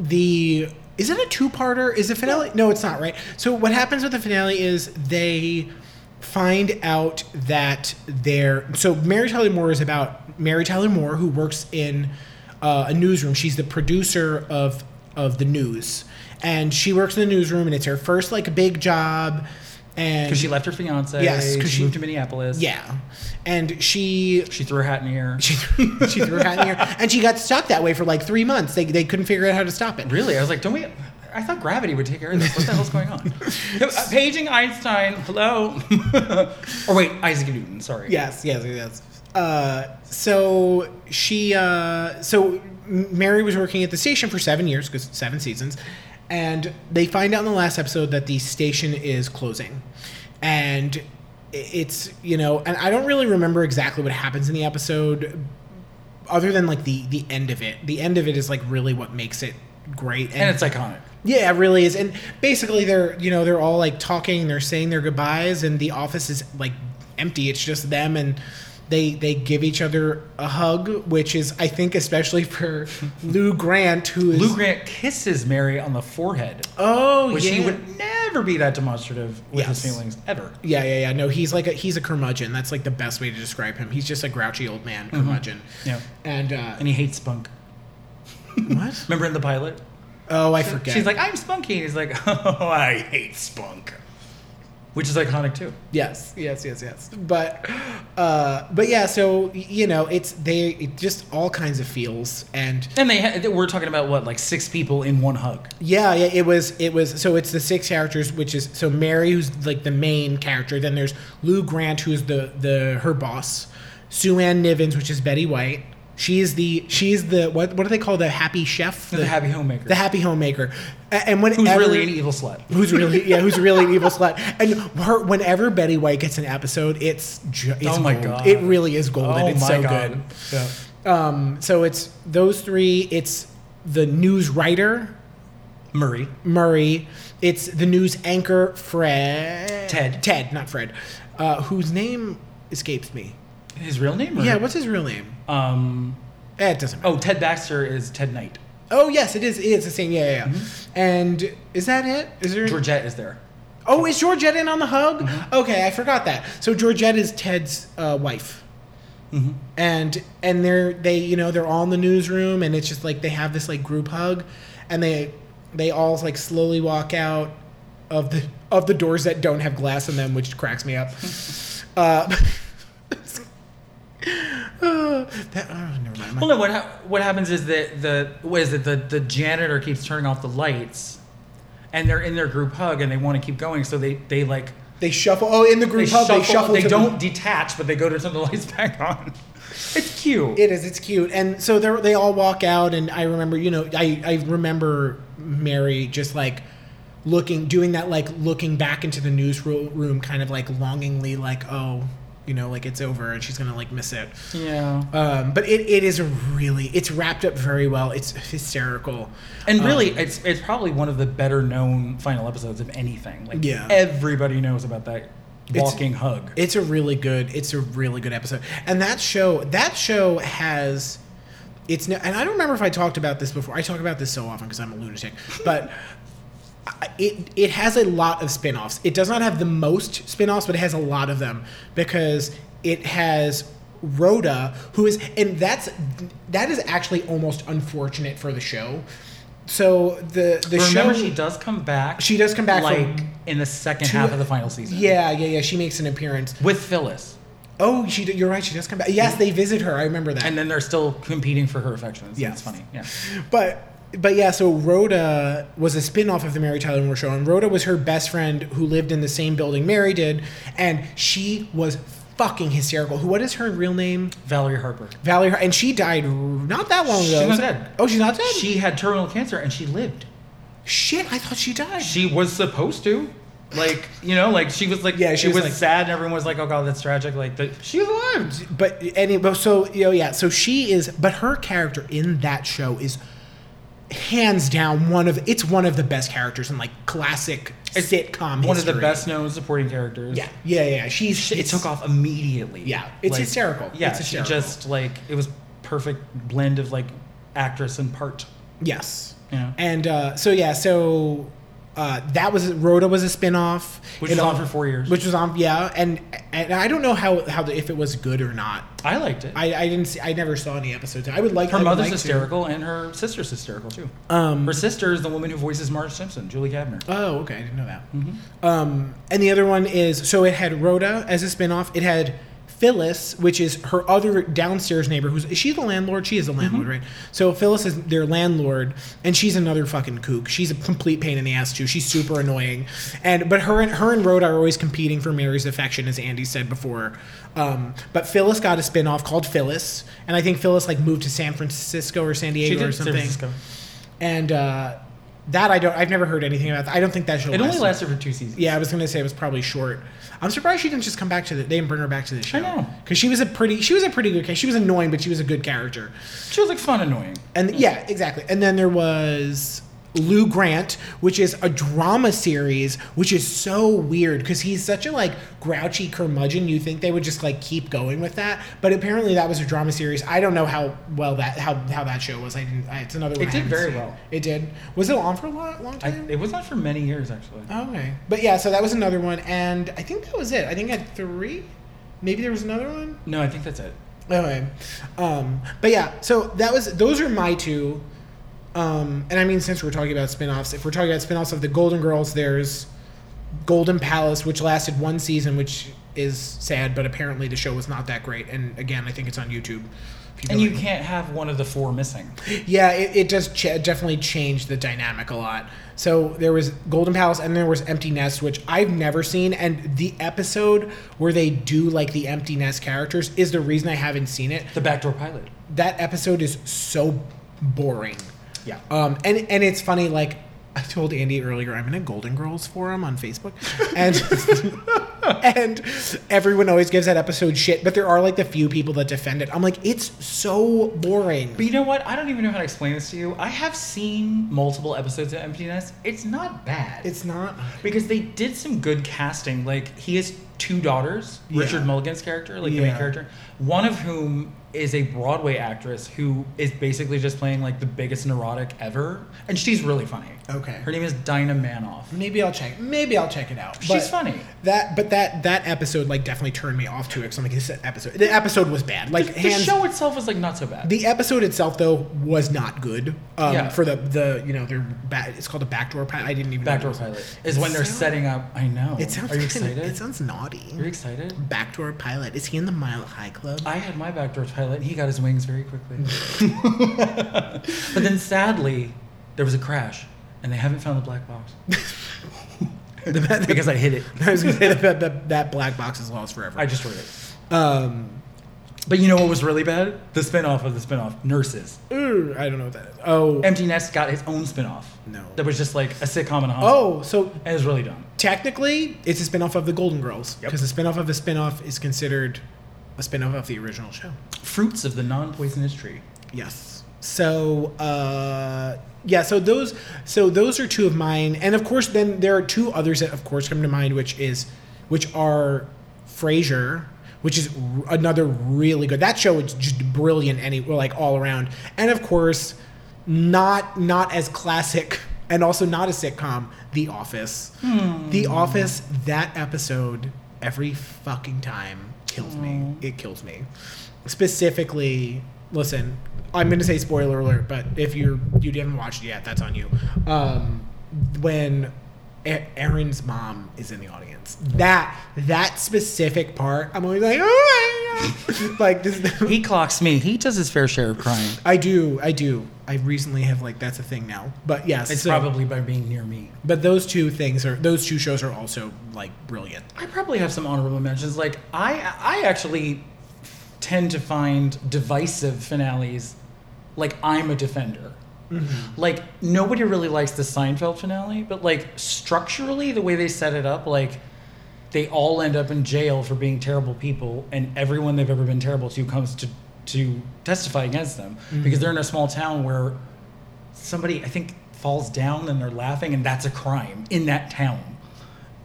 Speaker 1: the is it a two-parter? Is the finale? No, it's not, right? So what happens with the finale is they find out that they're so Mary Tyler Moore is about Mary Tyler Moore who works in uh, a newsroom. She's the producer of of the news, and she works in the newsroom, and it's her first like big job. And
Speaker 2: Because she left her fiance.
Speaker 1: Yes, 'cause
Speaker 2: Because she
Speaker 1: she-
Speaker 2: moved to Minneapolis.
Speaker 1: yeah, and she
Speaker 2: She threw her hat in the air.
Speaker 1: she threw, she threw her hat in the air, and she got stuck that way for like three months. They, they couldn't figure out how to stop it.
Speaker 2: Really? I was like, don't we? I thought gravity would take care of this. What the hell's going on? Uh, Paging Einstein. Hello. or wait, Isaac Newton. Sorry.
Speaker 1: Yes, yes, yes. Uh, so she, uh, so Mary was working at the station for seven years because seven seasons, and they find out in the last episode that the station is closing, and it's you know, and I don't really remember exactly what happens in the episode, other than like the the end of it. The end of it is like really what makes it great,
Speaker 2: And it's iconic.
Speaker 1: Yeah, it really is. And basically, they're you know they're all like talking, they're saying their goodbyes, and the office is like empty. It's just them, and they they give each other a hug, which is I think especially for Lou Grant, who is
Speaker 2: Lou Grant kisses Mary on the forehead,
Speaker 1: oh
Speaker 2: which
Speaker 1: yeah.
Speaker 2: he would never be that demonstrative with his
Speaker 1: Yes.
Speaker 2: feelings ever.
Speaker 1: yeah, yeah, yeah. No, he's like a he's a curmudgeon. That's like the best way to describe him. He's just a grouchy old man curmudgeon.
Speaker 2: Mm-hmm. Yeah.
Speaker 1: And, uh,
Speaker 2: And he hates spunk.
Speaker 1: what?
Speaker 2: Remember in the pilot?
Speaker 1: Oh, I forget.
Speaker 2: She's like, I'm spunky. And he's like, oh, I hate spunk. Which is iconic too.
Speaker 1: Yes, yes, yes, yes. But, uh, but yeah. So you know, it's they it just all kinds of feels, and
Speaker 2: And they ha- we're talking about what, like six people in one hug.
Speaker 1: yeah, yeah. It was it was so it's the six characters, which is so Mary, who's like the main character. Then there's Lou Grant, who's the the her boss, Sue Ann Nivens, which is Betty White, She is the she is the what what do they call the happy chef?
Speaker 2: The happy homemaker.
Speaker 1: The happy homemaker. A- And when
Speaker 2: Who's really an evil slut?
Speaker 1: who's really yeah who's really an evil slut and her whenever betty white gets an episode it's ju- it's
Speaker 2: Oh my
Speaker 1: gold.
Speaker 2: God. Oh
Speaker 1: it really is gold and it's Oh so
Speaker 2: Yeah.
Speaker 1: good um so it's those three it's the news writer
Speaker 2: Murray.
Speaker 1: murray it's the news anchor fred
Speaker 2: Ted.
Speaker 1: ted not fred uh whose name escapes me
Speaker 2: His real name? Or
Speaker 1: yeah what's his real name
Speaker 2: Um,
Speaker 1: eh, it doesn't matter.
Speaker 2: oh, Ted Baxter is Ted Knight.
Speaker 1: Oh. yes, it is. It is the same. Yeah, yeah. yeah.
Speaker 2: Mm-hmm.
Speaker 1: And is that it? Is there
Speaker 2: Georgette is there.
Speaker 1: Oh, is Georgette in on the hug?
Speaker 2: Mm-hmm.
Speaker 1: Okay, I forgot that. So Georgette is Ted's uh, wife,
Speaker 2: Mhm.
Speaker 1: and and they're they you know they're all in the newsroom, and it's just like they have this like group hug, and they they all like slowly walk out of the of the doors that don't have glass in them, which cracks me up. uh, uh, that, oh, never mind.
Speaker 2: Well, no. What hap what happens is that the what is it? The the janitor keeps turning off the lights, and they're in their group hug, and they want to keep going, so they they like
Speaker 1: they shuffle. Oh, in the
Speaker 2: they
Speaker 1: group hug,
Speaker 2: shuffle.
Speaker 1: they shuffle. to the-
Speaker 2: don't detach, but they go to turn the lights back on. It's cute.
Speaker 1: It is. It's cute. And so they they all walk out, and I remember, you know, I, I remember Mary just like looking, doing that, like looking back into the newsroom, kind of like longingly, like, oh, you know, like it's over, and she's gonna like miss it.
Speaker 2: yeah.
Speaker 1: Um, but it, it is a really, it's wrapped up very well. It's hysterical.
Speaker 2: And
Speaker 1: Um,
Speaker 2: really, it's it's probably one of the better known final episodes of anything. Like
Speaker 1: Yeah.
Speaker 2: everybody knows about that
Speaker 1: It's-
Speaker 2: walking hug.
Speaker 1: It's a really good. It's a really good episode. And that show, that show has, it's no, and I don't remember if I talked about this before. I talk about this so often because I'm a lunatic, but. I- It, it has a lot of spin-offs. It does not have the most spin-offs, but it has a lot of them because it has Rhoda, who is and that's that is actually almost unfortunate for the show. So the the
Speaker 2: Remember,
Speaker 1: show
Speaker 2: she does come back.
Speaker 1: She does come back for
Speaker 2: like in the second
Speaker 1: two-
Speaker 2: half of the final season.
Speaker 1: yeah yeah yeah she makes an appearance.
Speaker 2: with Phyllis,
Speaker 1: Oh, she. d- You're right. She does come back. Yes, they visit her. I remember that.
Speaker 2: and then they're still competing for her affections.
Speaker 1: Yes.
Speaker 2: it's funny. Yeah,
Speaker 1: but but yeah. So Rhoda was a spin-off of the Mary Tyler Moore Show, and Rhoda was her best friend who lived in the same building Mary did, and she was fucking hysterical. Who? What is her real name?
Speaker 2: Valerie Harper.
Speaker 1: Valerie. Har- And she died r- not that long
Speaker 2: She's
Speaker 1: ago.
Speaker 2: not
Speaker 1: Was-
Speaker 2: dead.
Speaker 1: Oh, she's not dead.
Speaker 2: She had terminal cancer and she lived.
Speaker 1: Shit, I thought she died.
Speaker 2: She was supposed to. Like you know, like she was like
Speaker 1: Yeah, she
Speaker 2: it
Speaker 1: was,
Speaker 2: was
Speaker 1: like-
Speaker 2: sad and everyone was like, oh god, that's tragic. Like the, she lived.
Speaker 1: but anyway, so you know, yeah. So she is, but her character in that show is hands down one of it's one of the best characters in like classic
Speaker 2: It's
Speaker 1: sitcom.
Speaker 2: One of the
Speaker 1: history.
Speaker 2: best known supporting characters.
Speaker 1: Yeah, yeah, yeah. She's
Speaker 2: It took off immediately.
Speaker 1: Yeah, it's hysterical.
Speaker 2: Yeah,
Speaker 1: It's
Speaker 2: she
Speaker 1: hysterical.
Speaker 2: just like it was perfect blend of like actress and part.
Speaker 1: Yes.
Speaker 2: Yeah.
Speaker 1: And uh, so yeah, so uh, that was Rhoda was a spinoff,
Speaker 2: Which
Speaker 1: It
Speaker 2: was on
Speaker 1: al-
Speaker 2: for four years.
Speaker 1: Which was on, yeah. And and I don't know how how the, if it was good or not.
Speaker 2: I liked it.
Speaker 1: I, I didn't see. I never saw any episodes. I would like. I
Speaker 2: her
Speaker 1: would
Speaker 2: mother's
Speaker 1: like to.
Speaker 2: hysterical and her sister's hysterical too.
Speaker 1: Um,
Speaker 2: her sister is the woman who voices Marge Simpson, Julie Kavner.
Speaker 1: Oh, okay. I didn't know that.
Speaker 2: Mm-hmm.
Speaker 1: Um, and the other one is so it had Rhoda as a spinoff. It had Phyllis, which is her other downstairs neighbor. Who's is she the landlord? She is the landlord,
Speaker 2: Mm-hmm.
Speaker 1: right? So Phyllis is their landlord, and she's another fucking kook. She's a complete pain in the ass too. She's super annoying, and but her and her and Rhoda are always competing for Mary's affection, as Andy said before. Um, but Phyllis got a spinoff called Phyllis, and I think Phyllis like moved to San Francisco or San Diego or
Speaker 2: San
Speaker 1: something.
Speaker 2: Francisco.
Speaker 1: And uh, that I don't. I've never heard anything about. That. I don't think that show.
Speaker 2: It only
Speaker 1: lasted-
Speaker 2: lasted for two seasons.
Speaker 1: Yeah, I was gonna say it was probably short. I'm surprised she didn't just come back to the. They didn't bring her back to the show.
Speaker 2: know.
Speaker 1: because she was a pretty. She was a pretty good. ca- She was annoying, but she was a good character.
Speaker 2: She was like fun, annoying.
Speaker 1: And yeah, exactly. And then there was Lou Grant, which is a drama series, which is so weird because he's such a like grouchy curmudgeon. You think they would just like keep going with that, but apparently that was a drama series. I don't know how well that how how that show was. I didn't. I, it's another. One I
Speaker 2: did
Speaker 1: haven't
Speaker 2: very
Speaker 1: seen.
Speaker 2: well.
Speaker 1: It did. Was it on for a long, long
Speaker 2: I,
Speaker 1: time?
Speaker 2: it was on for many years actually.
Speaker 1: Okay. But yeah, so that was another one, and I think that was it. I think I had three. Maybe there was another one.
Speaker 2: No, I think that's it.
Speaker 1: Okay. Um, but yeah, so that was those are my two. Um, and I mean, since we're talking about spin-offs, if we're talking about spin-offs of the Golden Girls, there's Golden Palace, which lasted one season, which is sad, but apparently the show was not that great. And again, I think it's on YouTube. If
Speaker 2: And
Speaker 1: go
Speaker 2: you
Speaker 1: in-
Speaker 2: can't have one of the four missing.
Speaker 1: yeah, it, it does ch- definitely change the dynamic a lot. So there was Golden Palace and there was Empty Nest, which I've never seen. And the episode where they do like the Empty Nest characters is the reason I haven't seen it.
Speaker 2: The backdoor pilot.
Speaker 1: that episode is so boring.
Speaker 2: Yeah.
Speaker 1: Um, and and it's funny. Like I told Andy earlier, I'm in a Golden Girls forum on Facebook, and and everyone always gives that episode shit. But there are like the few people that defend it. I'm like, it's so boring.
Speaker 2: But you know what? I don't even know how to explain this to you. I have seen multiple episodes of Empty Nest. It's not bad.
Speaker 1: It's not.
Speaker 2: because they did some good casting. Like he has two daughters,
Speaker 1: Yeah.
Speaker 2: Richard Mulligan's character, like the main
Speaker 1: Yeah.
Speaker 2: character, one of whom is a Broadway actress who is basically just playing like the biggest neurotic ever, and she's really funny.
Speaker 1: Okay.
Speaker 2: Her name is Dinah Manoff.
Speaker 1: Maybe I'll check. Maybe I'll check it out.
Speaker 2: She's
Speaker 1: But
Speaker 2: funny.
Speaker 1: That, but that that episode like definitely turned me off to it. 'cause I'm like, this episode. The episode was bad. Like
Speaker 2: The
Speaker 1: hands
Speaker 2: show itself is like not so bad.
Speaker 1: The episode itself, though, was not good. Um,
Speaker 2: Yeah.
Speaker 1: For the the you know their ba- it's called a backdoor pilot. I didn't even know
Speaker 2: Backdoor
Speaker 1: what it was.
Speaker 2: pilot is when they're
Speaker 1: sound-
Speaker 2: setting up. I know.
Speaker 1: It sounds.
Speaker 2: Are you
Speaker 1: kinda-
Speaker 2: excited?
Speaker 1: It sounds
Speaker 2: Are you
Speaker 1: naughty.
Speaker 2: excited?
Speaker 1: Backdoor pilot. Is he in the Mile High Club?
Speaker 2: I had my backdoor pilot, and he got his wings very quickly. but then sadly, there was a crash, and they haven't found the black box because I hit it.
Speaker 1: I was gonna say that, that, that, that black box is lost forever.
Speaker 2: I destroyed it.
Speaker 1: um,
Speaker 2: But you know what was really bad? The spinoff of the spinoff, Nurses.
Speaker 1: ooh, I don't know what that is. Oh
Speaker 2: Empty Nest got its own spinoff.
Speaker 1: No.
Speaker 2: That was just like a sitcom in a hospital.
Speaker 1: oh, so
Speaker 2: And it was really dumb.
Speaker 1: technically it's a spinoff of the Golden Girls
Speaker 2: Yep.
Speaker 1: because the spinoff of the spinoff is considered a spinoff of the original show.
Speaker 2: Fruits of the non-poisonous tree.
Speaker 1: Yes. So uh, yeah, so those so those are two of mine, and of course then there are two others that of course come to mind, which is which are Frasier, which is r- another really good. That show is just brilliant, any like all around, and of course not not as classic and also not a sitcom, The Office. The Office that episode every fucking time kills me. It kills me specifically listen i'm going to say spoiler alert but if you're you haven't watched it yet that's on you um, when A- aaron's mom is in the audience that that specific part i'm always like oh my God." like this is-
Speaker 2: He clocks me. He does his fair share of crying.
Speaker 1: i do i do i recently have like that's a thing now but yes
Speaker 2: It's
Speaker 1: so-
Speaker 2: probably by being near me.
Speaker 1: but those two things are those two shows are also like brilliant
Speaker 2: I probably have some honorable mentions. Like I, I actually tend to find divisive finales. Like I'm a defender. Like nobody really likes the Seinfeld finale, but like structurally, the way they set it up, like they all end up in jail for being terrible people, and everyone they've ever been terrible to comes to to testify against them because they're in a small town where somebody I think falls down and they're laughing and that's a crime in that town.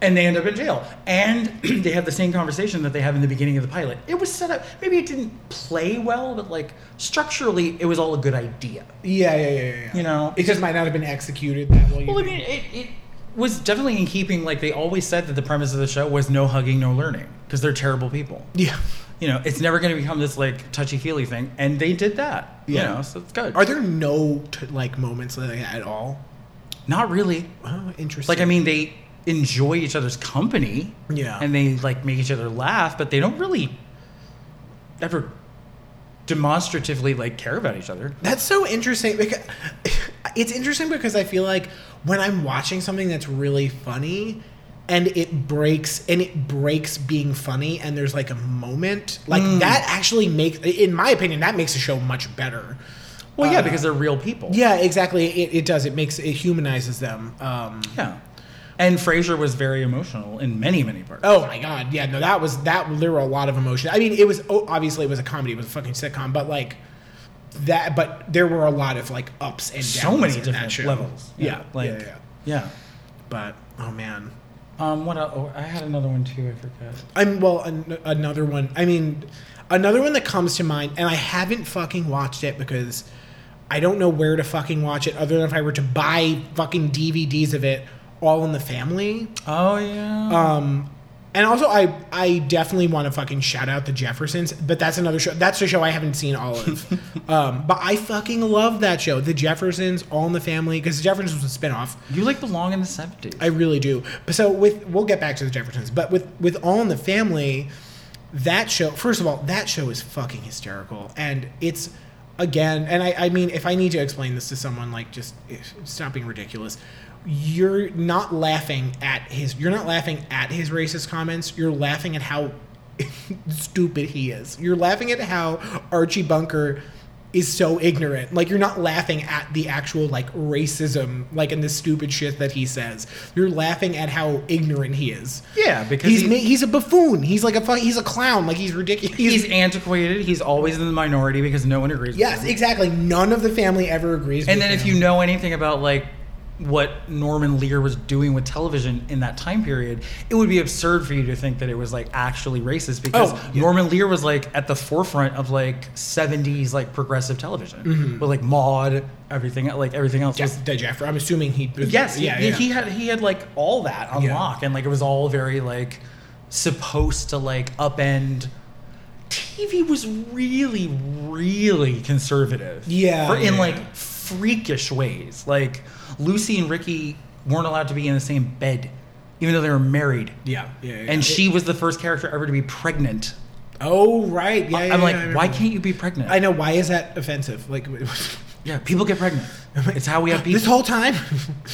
Speaker 2: And they end up in jail. And they have the same conversation that they have in the beginning of the pilot. It was set up maybe it didn't play well, but like structurally it was all a good idea.
Speaker 1: yeah yeah yeah yeah, yeah.
Speaker 2: You know?
Speaker 1: it just might not have been executed that well, you
Speaker 2: Well I
Speaker 1: know.
Speaker 2: mean it, it was definitely in keeping like they always said that the premise of the show was no hugging, no learning. Because they're terrible people.
Speaker 1: yeah
Speaker 2: You know, it's never gonna become this like touchy feely thing. And they did that.
Speaker 1: Yeah.
Speaker 2: You know, so it's good.
Speaker 1: are there no t- like moments like that at all
Speaker 2: Not really.
Speaker 1: Oh, interesting.
Speaker 2: Like I mean, they enjoy each other's company.
Speaker 1: Yeah.
Speaker 2: And they like make each other laugh, but they don't really ever demonstratively like care about each other.
Speaker 1: that's so interesting because it's interesting because I feel like when I'm watching something that's really funny and it breaks and it breaks being funny and there's like a moment like
Speaker 2: Mm.
Speaker 1: that actually makes in my opinion that makes the show much better.
Speaker 2: Well, yeah,
Speaker 1: Uh,
Speaker 2: because they're real people.
Speaker 1: yeah, exactly. It, it does. It makes it humanizes them. Um,
Speaker 2: Yeah. And Frasier was very emotional in many, many parts.
Speaker 1: Oh my god, yeah, no, that was that. There were a lot of emotion. I mean, it was oh, obviously it was a comedy, it was a fucking sitcom, but like that. But there were a lot of like ups and downs
Speaker 2: so many
Speaker 1: in that
Speaker 2: different
Speaker 1: show.
Speaker 2: levels.
Speaker 1: Yeah,
Speaker 2: Like,
Speaker 1: yeah, yeah.
Speaker 2: yeah.
Speaker 1: But oh man,
Speaker 2: Um, what? el- Oh, I had another one too. I forgot.
Speaker 1: I'm well. An- another one. I mean, another one that comes to mind, and I haven't fucking watched it because I don't know where to fucking watch it, other than if I were to buy fucking DVDs of it. All in the family.
Speaker 2: Oh yeah.
Speaker 1: Um, and also, I I definitely want to fucking shout out the Jeffersons, but that's another show. That's a show I haven't seen all of. um, but I fucking love that show, The Jeffersons, All in the Family, because The Jeffersons was a spinoff.
Speaker 2: you like belong in the seventies.
Speaker 1: I really do. But so with we'll get back to The Jeffersons, but with with All in the Family, that show. First of all, that show is fucking hysterical, and it's again. And I I mean, if I need to explain this to someone, like just eh, stop being ridiculous. You're not laughing at his. You're not laughing at his racist comments. You're laughing at how stupid he is. You're laughing at how Archie Bunker is so ignorant. Like you're not laughing at the actual like racism, like in the stupid shit that he says. You're laughing at how ignorant he is.
Speaker 2: Yeah, because
Speaker 1: he's
Speaker 2: he-
Speaker 1: ma- he's a buffoon. He's like a fu- he's a clown. Like he's ridiculous.
Speaker 2: He's antiquated. He's always in the minority because no one agrees. with
Speaker 1: yes,
Speaker 2: him.
Speaker 1: exactly. None of the family ever agrees.
Speaker 2: And
Speaker 1: with
Speaker 2: then if
Speaker 1: him.
Speaker 2: you know anything about like what Norman Lear was doing with television in that time period, it would be absurd for you to think that it was like actually racist because
Speaker 1: Oh, yeah.
Speaker 2: Norman Lear was like at the forefront of like 70s like progressive television
Speaker 1: Mm-hmm.
Speaker 2: with like Maude, everything like everything else was
Speaker 1: Jeff, the Jeffrey, I'm assuming he.
Speaker 2: Yes,
Speaker 1: yeah,
Speaker 2: he,
Speaker 1: yeah.
Speaker 2: he had he had like all that on
Speaker 1: Yeah.
Speaker 2: lock, and like it was all very like supposed to like upend. TV was really, really conservative.
Speaker 1: Yeah,
Speaker 2: for, in
Speaker 1: yeah.
Speaker 2: like freakish ways. Like Lucy and Ricky weren't allowed to be in the same bed, even though they were married.
Speaker 1: yeah, yeah, yeah.
Speaker 2: And she was the first character ever to be pregnant.
Speaker 1: Oh right, yeah. yeah,
Speaker 2: I'm like,
Speaker 1: yeah, I
Speaker 2: why
Speaker 1: remember.
Speaker 2: can't you be pregnant?
Speaker 1: I know why is that offensive? Like
Speaker 2: yeah, people get pregnant. It's how we have people.
Speaker 1: this whole time.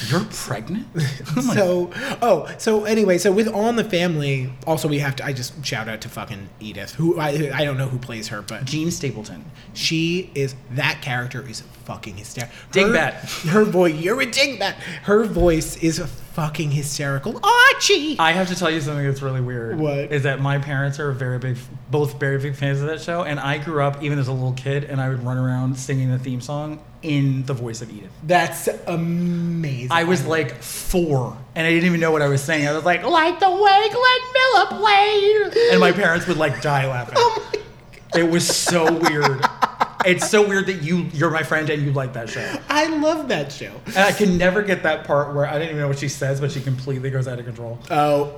Speaker 2: You're pregnant. I'm like,
Speaker 1: so oh so anyway so with all in the family also we have to I just shout out to fucking Edith who I I don't know who plays her but
Speaker 2: Gene Stapleton.
Speaker 1: she is that character is fucking hysterical.
Speaker 2: Dingbat.
Speaker 1: Her voice you're a dingbat. Her voice is fucking hysterical. Archie.
Speaker 2: I have to tell you something that's really weird.
Speaker 1: What?
Speaker 2: Is that my parents are very big, both very big fans of that show, and I grew up even as a little kid, and I would run around singing the theme song in the voice of Edith.
Speaker 1: That's amazing.
Speaker 2: I was like four, and I didn't even know what I was saying. I was like, "Light the way, Glenn Miller played," and my parents would like die laughing.
Speaker 1: Oh my
Speaker 2: It was so weird. It's so weird that you you're my friend and you like that show.
Speaker 1: I love that show.
Speaker 2: And I can never get that part where I didn't even know what she says, but she completely goes out of control.
Speaker 1: Oh,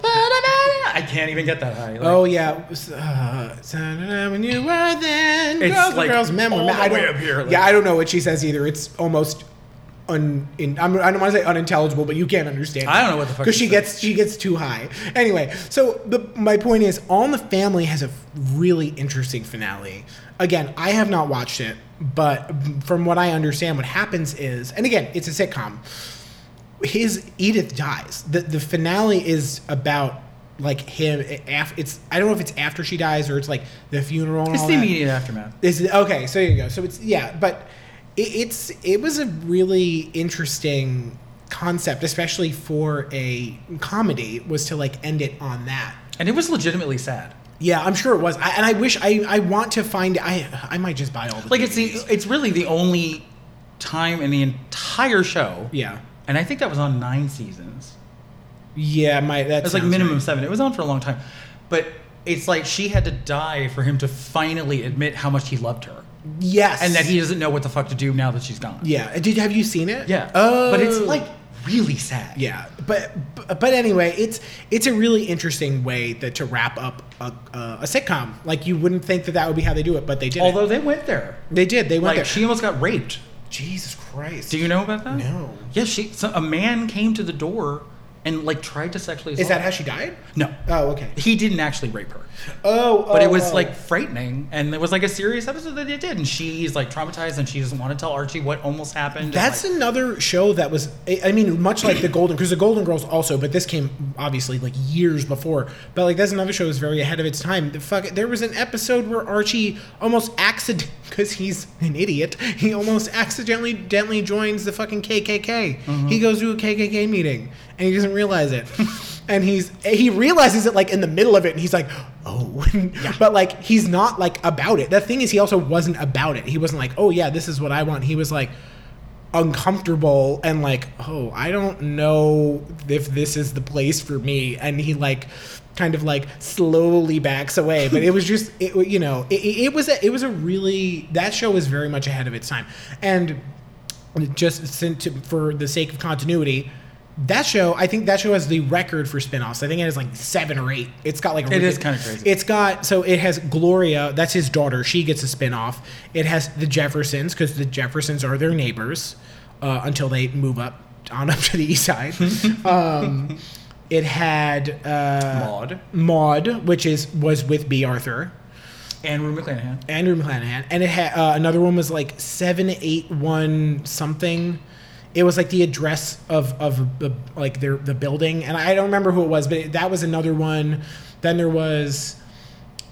Speaker 2: I can't even get that high. Like,
Speaker 1: Oh yeah, uh, "Ta-da-da, when you were then
Speaker 2: It's
Speaker 1: girls,
Speaker 2: like
Speaker 1: like girls, men were
Speaker 2: all
Speaker 1: men."
Speaker 2: the
Speaker 1: I don't,
Speaker 2: way up here, like-
Speaker 1: yeah, I don't know what she says either. It's almost un. In, I'm, I don't want to say unintelligible, but you can't understand.
Speaker 2: I don't know what the fuck
Speaker 1: because
Speaker 2: she
Speaker 1: she
Speaker 2: says.
Speaker 1: gets she gets too high. Anyway, so the my point is, All in the Family has a really interesting finale. Again, I have not watched it, but from what I understand, what happens is, and again, it's a sitcom his Edith dies. The the finale is about like him af- it's I don't know if it's after she dies or it's like the funeral and
Speaker 2: it's
Speaker 1: all
Speaker 2: the
Speaker 1: that.
Speaker 2: immediate aftermath.
Speaker 1: Is it- okay, so there you go. So it's yeah, but it, it's it was a really interesting concept especially for a comedy was to like end it on that.
Speaker 2: And it was legitimately sad.
Speaker 1: Yeah, I'm sure it was. I, and I wish I I want to find I I might just buy all the
Speaker 2: Like it's the,
Speaker 1: DVDs.
Speaker 2: it's really the only time in the entire show.
Speaker 1: Yeah.
Speaker 2: And I think that was on nine seasons.
Speaker 1: Yeah, my
Speaker 2: It
Speaker 1: that's
Speaker 2: was like minimum seven. It was on for a long time. But it's like she had to die for him to finally admit how much he loved her.
Speaker 1: Yes.
Speaker 2: And that he doesn't know what the fuck to do now that she's gone.
Speaker 1: Yeah. Did have you seen it?
Speaker 2: Yeah.
Speaker 1: Oh.
Speaker 2: But it's like really sad.
Speaker 1: yeah. But but anyway, it's it's a really interesting way that to wrap up a, a, a sitcom. Like you wouldn't think that that would be how they do it, but they did. it.
Speaker 2: Although they went there.
Speaker 1: they did, they went
Speaker 2: Like
Speaker 1: there.
Speaker 2: she almost got raped.
Speaker 1: Jesus Christ.
Speaker 2: Do you know about that?
Speaker 1: No.
Speaker 2: Yeah, she so a man came to the door and like tried to sexually assault
Speaker 1: Is that
Speaker 2: her.
Speaker 1: how she died?
Speaker 2: No.
Speaker 1: Oh, okay.
Speaker 2: He didn't actually rape her.
Speaker 1: Oh,
Speaker 2: But
Speaker 1: oh,
Speaker 2: it was
Speaker 1: oh.
Speaker 2: like frightening, and there was like a serious episode that they did, and she's like traumatized, and she doesn't want to tell Archie what almost happened. and,
Speaker 1: That's
Speaker 2: like,
Speaker 1: another show that was, I I mean, much like the Golden, because the Golden Girls also, but this came obviously like years before. But like that's another show that's very ahead of its time. The fuck, there was an episode where Archie almost accident, because he's an idiot, he almost accidentally dentally joins the fucking KKK. He goes to a KKK meeting and he doesn't realize it. And he's he realizes it like in the middle of it, and he's like, "Oh," but like he's not like about it. The thing is, he also wasn't about it. He wasn't like, "Oh yeah, this is what I want." He was like, uncomfortable and like, oh, I don't know if this is the place for me. And he like kind of like slowly backs away. But it was just it you know, it, it it was a it was a really that show was very much ahead of its time. And just sin- to, for the sake of continuity, that show, I think that show has the record for spin-offs. I think it has like seven or eight. It's got like a
Speaker 2: It is
Speaker 1: ridic-
Speaker 2: kinda crazy.
Speaker 1: It's got so it has Gloria, that's his daughter. She gets a spin-off. It has the Jeffersons because the Jeffersons are their neighbors uh, until they move up on up to the east side. um, it had uh,
Speaker 2: Maud,
Speaker 1: Maud, which is was with B. Arthur.
Speaker 2: Andrew McClanahan.
Speaker 1: Andrew McClanahan, and it had uh, another one was like seven eight one something. It was like the address of of the like their the building, and I don't remember who it was, but it, that was another one. Then there was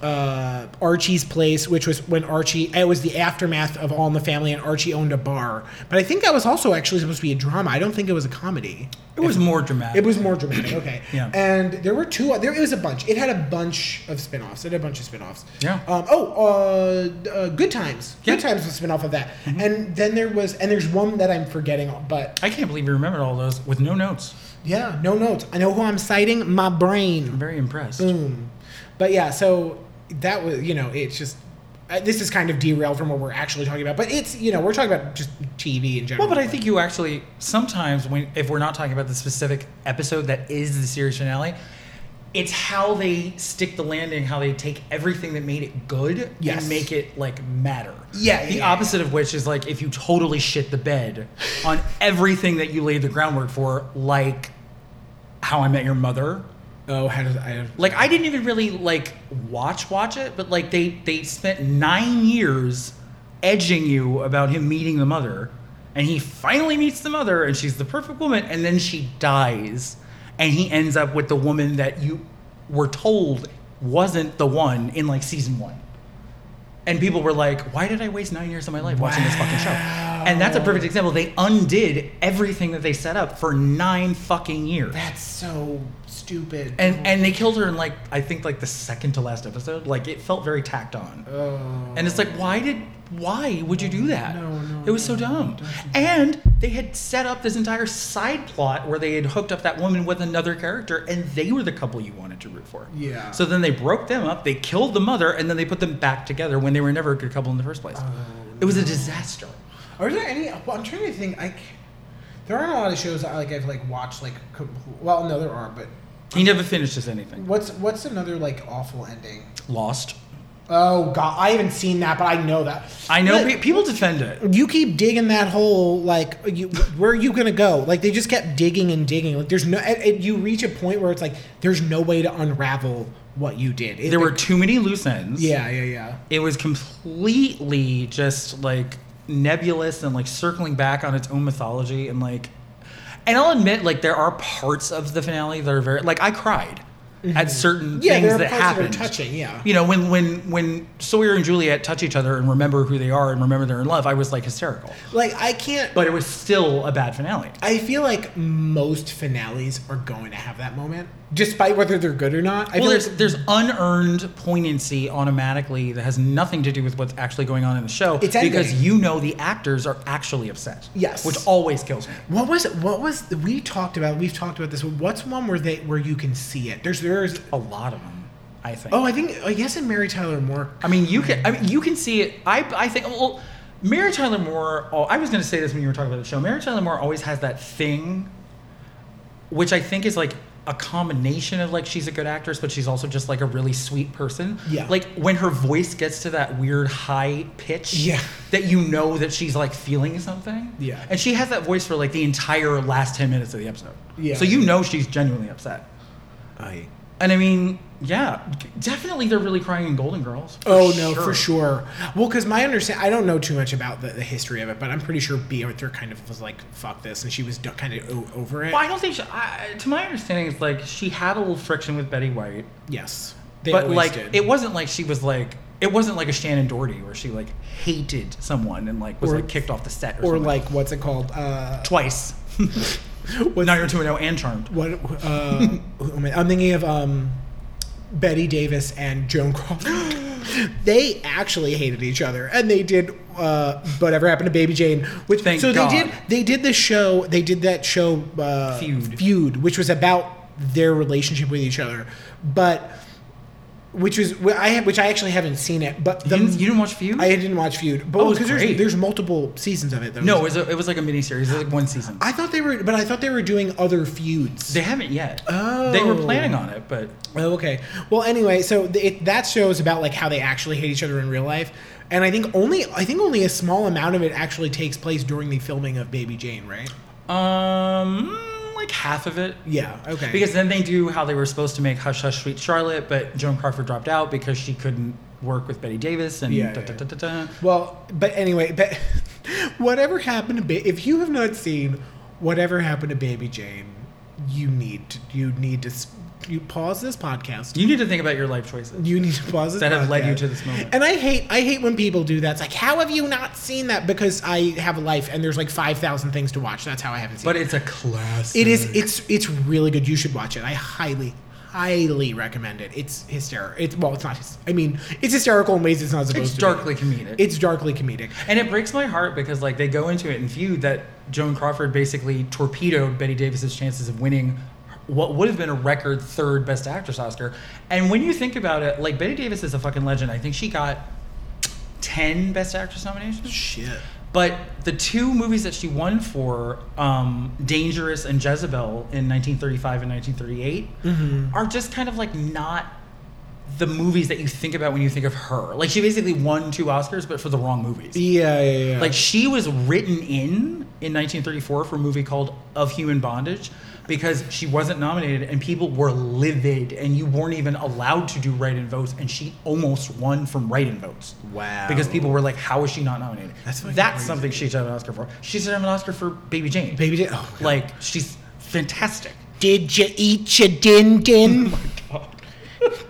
Speaker 1: uh, Archie's place, which was when Archie. It was the aftermath of All in the Family, and Archie owned a bar. But I think that was also actually supposed to be a drama. I don't think it was a comedy.
Speaker 2: It was more dramatic.
Speaker 1: It was more dramatic. Okay.
Speaker 2: Yeah.
Speaker 1: And there were two. There it was a bunch. It had a bunch of spin-offs. It had a bunch of spin-offs.
Speaker 2: Yeah.
Speaker 1: Um, oh, uh, uh, Good Times. Good
Speaker 2: Yeah. Mm-hmm.
Speaker 1: Times was a spin-off of that. And then there was, and there's one that I'm forgetting, but
Speaker 2: I can't believe you remembered all those with no notes.
Speaker 1: yeah, no notes. I know who I'm citing. My
Speaker 2: I'm
Speaker 1: brain.
Speaker 2: very impressed.
Speaker 1: Boom. But yeah, so that was, you know, it's just. I- This is kind of derailed from what we're actually talking about, but it's you know we're talking about just TV in general.
Speaker 2: Well, but I think you actually sometimes when if we're not talking about the specific episode that is the series finale, it's how they stick the landing, how they take everything that made it good
Speaker 1: Yes.
Speaker 2: and make it like matter.
Speaker 1: Yeah,
Speaker 2: The
Speaker 1: yeah, yeah.
Speaker 2: opposite of which is like if you totally shit the bed on everything that you laid the groundwork for, like How I Met Your Mother.
Speaker 1: oh, how does I
Speaker 2: Like I didn't even really like watch watch it, but like they they spent nine years edging you about him meeting the mother, and he finally meets the mother, and she's the perfect woman, and then she dies, and he ends up with the woman that you were told wasn't the one in like season one. And people were like, why did I waste nine years of my life watching this fucking show? And that's a perfect example. They undid everything that they set up for nine fucking years
Speaker 1: that's so stupid. Oh
Speaker 2: and and they killed her in like I think like the second to last episode. Like it felt very tacked on,
Speaker 1: oh.
Speaker 2: and it's like why did why would you do that?
Speaker 1: No, no,
Speaker 2: it was so
Speaker 1: no,
Speaker 2: dumb.
Speaker 1: don't do
Speaker 2: And they had set up this entire side plot where they had hooked up that woman with another character, and they were the couple you wanted to root for.
Speaker 1: Yeah.
Speaker 2: So then they broke them up. They killed the mother, and then they put them back together when they were never a good couple in the first place.
Speaker 1: Oh,
Speaker 2: it was a disaster.
Speaker 1: Are there any? Well, I'm trying to think. I c- there aren't a lot of shows that I, like I've like watched like. Com- well, no, there are, but
Speaker 2: He never finishes anything.
Speaker 1: what's what's another like awful ending?
Speaker 2: Lost.
Speaker 1: Oh God, I haven't seen that, but I know that.
Speaker 2: I know
Speaker 1: But
Speaker 2: pe- people defend it.
Speaker 1: you keep digging that hole. Like, you, where are you gonna go? Like, they just kept digging and digging. Like, there's no. It, it- you reach a point where it's like there's no way to unravel what you did. It-
Speaker 2: There were too many loose ends.
Speaker 1: Yeah, yeah, yeah.
Speaker 2: it was completely just like nebulous and like circling back on its own mythology and like and I'll admit like there are parts of the finale that are very like I cried at certain
Speaker 1: Mm-hmm. Yeah,
Speaker 2: things
Speaker 1: there are
Speaker 2: that
Speaker 1: parts that are
Speaker 2: happened.
Speaker 1: touching, yeah.
Speaker 2: You know, when when when Sawyer and Juliet touch each other and remember who they are and remember they're in love, I was like hysterical.
Speaker 1: Like, I can't.
Speaker 2: But it was still a bad finale.
Speaker 1: I feel like most finales are going to have that moment, despite whether they're good or not. I
Speaker 2: well,
Speaker 1: feel
Speaker 2: there's
Speaker 1: like,
Speaker 2: there's unearned poignancy automatically that has nothing to do with what's actually going on in the show
Speaker 1: It's ending.
Speaker 2: because you know the actors are actually upset.
Speaker 1: Yes.
Speaker 2: which always kills me.
Speaker 1: what was what was we talked about? We've talked about this. What's one where they where you can see it? There's there's
Speaker 2: a lot of them. I think.
Speaker 1: oh I think I guess in Mary Tyler Moore.
Speaker 2: I mean, you can. I mean, you can see it. I. I think. Well, Mary Tyler Moore. Oh, I was going to say this when you were talking about the show. Mary Tyler Moore always has that thing, which I think is like a combination of like she's a good actress, but she's also just like a really sweet person.
Speaker 1: Yeah.
Speaker 2: Like when her voice gets to that weird high pitch.
Speaker 1: Yeah.
Speaker 2: That you know that she's like feeling something.
Speaker 1: Yeah.
Speaker 2: And she has that voice for like the entire last ten minutes of the episode.
Speaker 1: Yeah.
Speaker 2: So you know she's genuinely upset.
Speaker 1: I
Speaker 2: And I mean, yeah, definitely they're really crying in Golden Girls. for
Speaker 1: oh no for
Speaker 2: sure.
Speaker 1: sure. Well, because my understand I don't know too much about the, the history of it, but I'm pretty sure B Arthur kind of was like fuck this, and she was d- kind of o- over it.
Speaker 2: Well, I don't think, she, I, I- to my understanding, it's like she had a little friction with Betty White,
Speaker 1: Yes, they
Speaker 2: but
Speaker 1: always
Speaker 2: like
Speaker 1: did.
Speaker 2: it wasn't like she was like it wasn't like a Shannon Doherty where she like hated someone and like was
Speaker 1: Or-
Speaker 2: like kicked off the set or,
Speaker 1: or
Speaker 2: something.
Speaker 1: like what's it called? Uh,
Speaker 2: twice.
Speaker 1: what's-
Speaker 2: now you're two and zero and charmed.
Speaker 1: What uh, who am I- I'm thinking of um, Betty Davis and Joan Crawford. they actually hated each other, and they did uh, whatever happened to Baby Jane. Which
Speaker 2: Thank
Speaker 1: so
Speaker 2: God.
Speaker 1: they did. They did this show. They did that show uh,
Speaker 2: Feud.
Speaker 1: feud, which was about their relationship with each other, but which was wh- I have, which I actually haven't seen it, but
Speaker 2: You
Speaker 1: the,
Speaker 2: didn't, you didn't watch Feud?
Speaker 1: I didn't watch Feud, but
Speaker 2: Oh, it was
Speaker 1: because there's,
Speaker 2: great.
Speaker 1: there's multiple seasons of it. Though.
Speaker 2: no, it was, a, it was like a mini series. It was like one season.
Speaker 1: I thought they were, but I thought they were doing other feuds.
Speaker 2: they haven't yet. They were
Speaker 1: Oh.
Speaker 2: planning on it, but
Speaker 1: Oh, okay. Well, anyway, so th- it, that show is about like how they actually hate each other in real life, and I think only I think only a small amount of it actually takes place during the filming of Baby Jane, right?
Speaker 2: um, like half of it
Speaker 1: Yeah. Okay.
Speaker 2: Because then they do how they were supposed to make Hush Hush Sweet Charlotte, but Joan Crawford dropped out because she couldn't work with Betty Davis and
Speaker 1: Yeah,
Speaker 2: da,
Speaker 1: yeah,
Speaker 2: da, da, da, da.
Speaker 1: well, but anyway, but whatever happened to ba- if you have not seen whatever happened to Baby Jane, you need to, you need to s- you pause this podcast.
Speaker 2: You need to think about your life choices
Speaker 1: You need to pause this
Speaker 2: that have led you
Speaker 1: podcast.
Speaker 2: to this moment.
Speaker 1: And I hate I hate when people do that. It's like, how have you not seen that? Because I have a life and there's like five thousand things to watch. That's how I haven't seen
Speaker 2: But
Speaker 1: it.
Speaker 2: it's Mm. a classic.
Speaker 1: It is it's it's really good. You should watch it. I highly, highly recommend it. It's hysterical. It's well, it's not. hys- I mean, it's hysterical in ways it's not supposed
Speaker 2: It's
Speaker 1: to.
Speaker 2: darkly comedic.
Speaker 1: Be. It's darkly comedic.
Speaker 2: And it breaks my heart because like they go into it and feud that Joan Crawford basically torpedoed Betty Davis's chances of winning what would have been a record third best actress Oscar. And when you think about it, like Betty Davis is a fucking legend. I think she got 10 best actress nominations.
Speaker 1: Shit.
Speaker 2: But the two movies that she won for, um, Dangerous and Jezebel in 1935 and 1938, are just kind of like not the movies that you think about when you think of her. Like she basically won two Oscars, but for the wrong movies.
Speaker 1: Yeah, yeah, yeah.
Speaker 2: Like she was written in in 1934 for a movie called Of Human Bondage because she wasn't nominated and people were livid and you weren't even allowed to do write-in votes and she almost won from write-in votes.
Speaker 1: wow.
Speaker 2: Because people were like, "How is she not nominated?"
Speaker 1: That's
Speaker 2: That's,
Speaker 1: fucking crazy.
Speaker 2: something she should have an Oscar for. She should have an Oscar for Baby Jane.
Speaker 1: baby did. Oh, my God.
Speaker 2: Like she's fantastic.
Speaker 1: did you eat your din
Speaker 2: Oh
Speaker 1: din?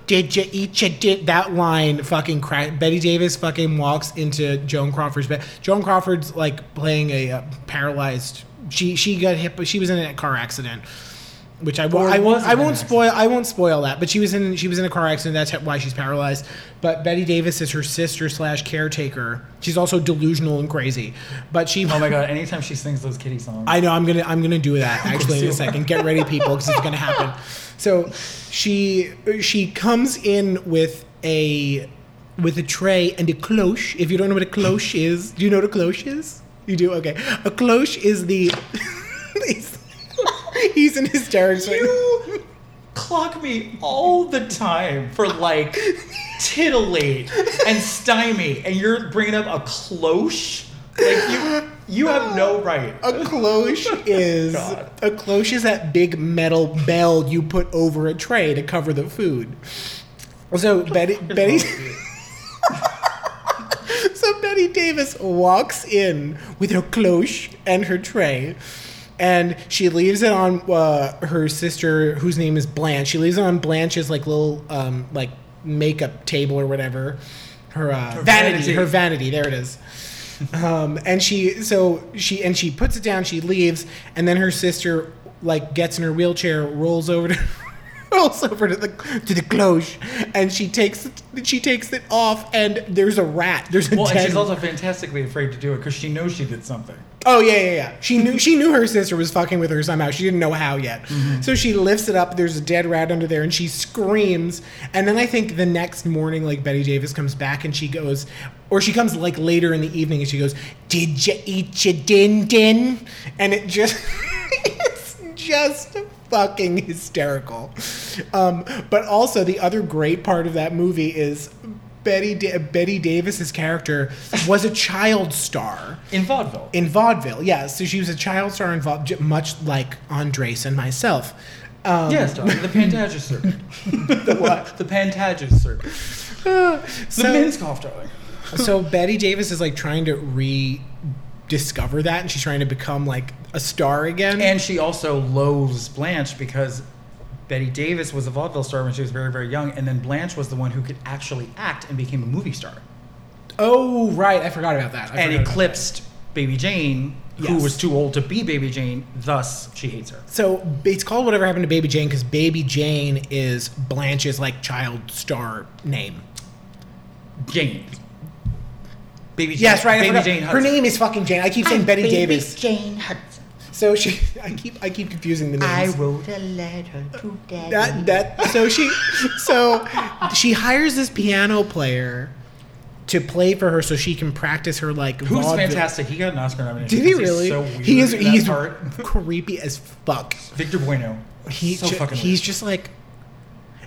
Speaker 1: Did you eat your din? That line fucking crack. Betty Davis fucking walks into Joan Crawford's bed. Joan Crawford's like playing a uh, paralyzed. She she got hit, but she was in a car accident. Which I won't.
Speaker 2: Or
Speaker 1: I won't.
Speaker 2: was
Speaker 1: I
Speaker 2: in an
Speaker 1: won't
Speaker 2: accident.
Speaker 1: spoil. I won't spoil that. But she was in. She was in a car accident. That's why she's paralyzed. But Betty Davis is her sister slash caretaker. She's also delusional and crazy. But she.
Speaker 2: Oh my god! Anytime she sings those kitty songs,
Speaker 1: I know I'm gonna I'm gonna do that actually in
Speaker 2: you
Speaker 1: a
Speaker 2: are.
Speaker 1: second. Get ready, people, because it's gonna happen. So she she comes in with a with a tray and a cloche. If you don't know what a cloche is, do you know what a cloche is? You do? Okay. A cloche is the he's, he's in hysterics right now.
Speaker 2: You clock me all the time for like titillate and stymie, and you're bringing up a cloche. Like you, you have no right.
Speaker 1: A cloche is
Speaker 2: God.
Speaker 1: a cloche is that big metal bell you put over a tray to cover the food. So Betty Betty So Betty Davis walks in with her cloche and her tray, and she leaves it on uh, her sister, whose name is Blanche. She leaves it on Blanche's like little um, like makeup table or whatever, her, uh, vanity,
Speaker 2: vanity.
Speaker 1: her vanity. There it is. Um, and she so she and she puts it down. She leaves, and then her sister like gets in her wheelchair, rolls over to. rolls over to the to the cloche and she takes it, she takes it off and there's a rat there's a
Speaker 2: Well, and
Speaker 1: dead
Speaker 2: she's also fantastically afraid to do it because she knows she did something.
Speaker 1: Oh yeah, yeah, yeah. She knew she knew her sister was fucking with her somehow. She didn't know how yet. So she lifts it up. There's a dead rat under there, and she screams. And then I think the next morning, like Betty Davis comes back and she goes, or she comes like later in the evening and she goes, "Did you eat your din din?" And it just it's just fucking hysterical. Um, but also the other great part of that movie is. Betty, da- Betty Davis's character was a child star.
Speaker 2: In vaudeville.
Speaker 1: In vaudeville, yeah. So she was a child star in vaudeville, much like Andres and myself. Um,
Speaker 2: yes, darling, the Pantages circuit. the what? The Pantages circuit. The
Speaker 1: so-
Speaker 2: men's golf, darling.
Speaker 1: so Betty Davis is like trying to rediscover that, and she's trying to become like a star again.
Speaker 2: And she also loathes Blanche because Betty Davis was a vaudeville star when she was very, very young, and then Blanche was the one who could actually act and became a movie star
Speaker 1: oh, right, I forgot about that. I
Speaker 2: and
Speaker 1: forgot about
Speaker 2: eclipsed Baby Jane, who
Speaker 1: Yes.
Speaker 2: was too old to be Baby Jane. Thus, she hates her.
Speaker 1: that. So it's called Whatever Happened to Baby Jane because Baby Jane is Blanche's like child star name.
Speaker 2: Jane. Baby Jane.
Speaker 1: Yes, right. I
Speaker 2: Baby
Speaker 1: forgot.
Speaker 2: Jane
Speaker 1: Her
Speaker 2: Hudson.
Speaker 1: name is fucking Jane. I keep saying
Speaker 3: I'm
Speaker 1: Betty
Speaker 3: Baby
Speaker 1: Davis.
Speaker 3: Jane Hudson.
Speaker 1: So she, I keep, I keep confusing the names.
Speaker 3: I wrote a letter to Daddy.
Speaker 1: that that so she so she hires this piano player to play for her so she can practice her like
Speaker 2: Who's
Speaker 1: vaudeville-
Speaker 2: fantastic? He got an Oscar nomination.
Speaker 1: Did he
Speaker 2: because
Speaker 1: really?
Speaker 2: he's so weird
Speaker 1: he is
Speaker 2: in that
Speaker 1: he's
Speaker 2: part.
Speaker 1: creepy as fuck.
Speaker 2: Victor Bueno.
Speaker 1: He
Speaker 2: so
Speaker 1: ju-
Speaker 2: fucking
Speaker 1: he's
Speaker 2: weird.
Speaker 1: just like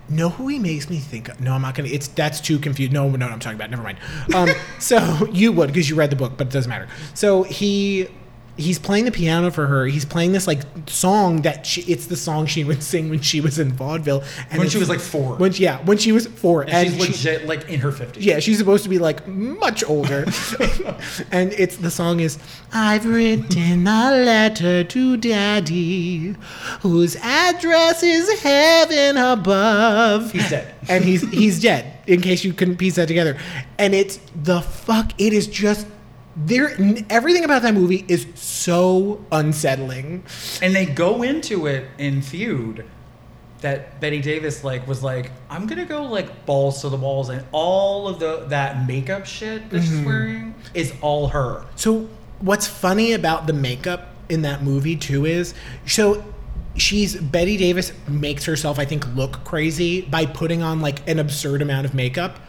Speaker 1: know who he makes me think of? No, I'm not gonna. It's that's too confused. No, no, no I'm talking about. Never mind. Um, so you would because you read the book, but it doesn't matter. So he he's playing the piano for her. He's playing this like song that she, it's the song she would sing when she was in vaudeville. And
Speaker 2: When she
Speaker 1: it's-
Speaker 2: was, like, four.
Speaker 1: When she- yeah, when she was four, and,
Speaker 2: And she's
Speaker 1: she-
Speaker 2: legit, like in her 50s.
Speaker 1: yeah, she's supposed to be like much older. and it's the song is I've written a letter to daddy whose address is heaven above.
Speaker 2: He's dead.
Speaker 1: And he's he's dead in case you couldn't piece that together. And it's the fuck it is just there everything about that movie is so unsettling.
Speaker 2: And they go into it in feud that Betty Davis like was like, I'm gonna go like balls to the walls, and all of the that makeup shit that
Speaker 1: Mm-hmm.
Speaker 2: she's wearing is all her.
Speaker 1: So what's funny about the makeup in that movie too is so she's Betty Davis makes herself I think look crazy by putting on like an absurd amount of makeup.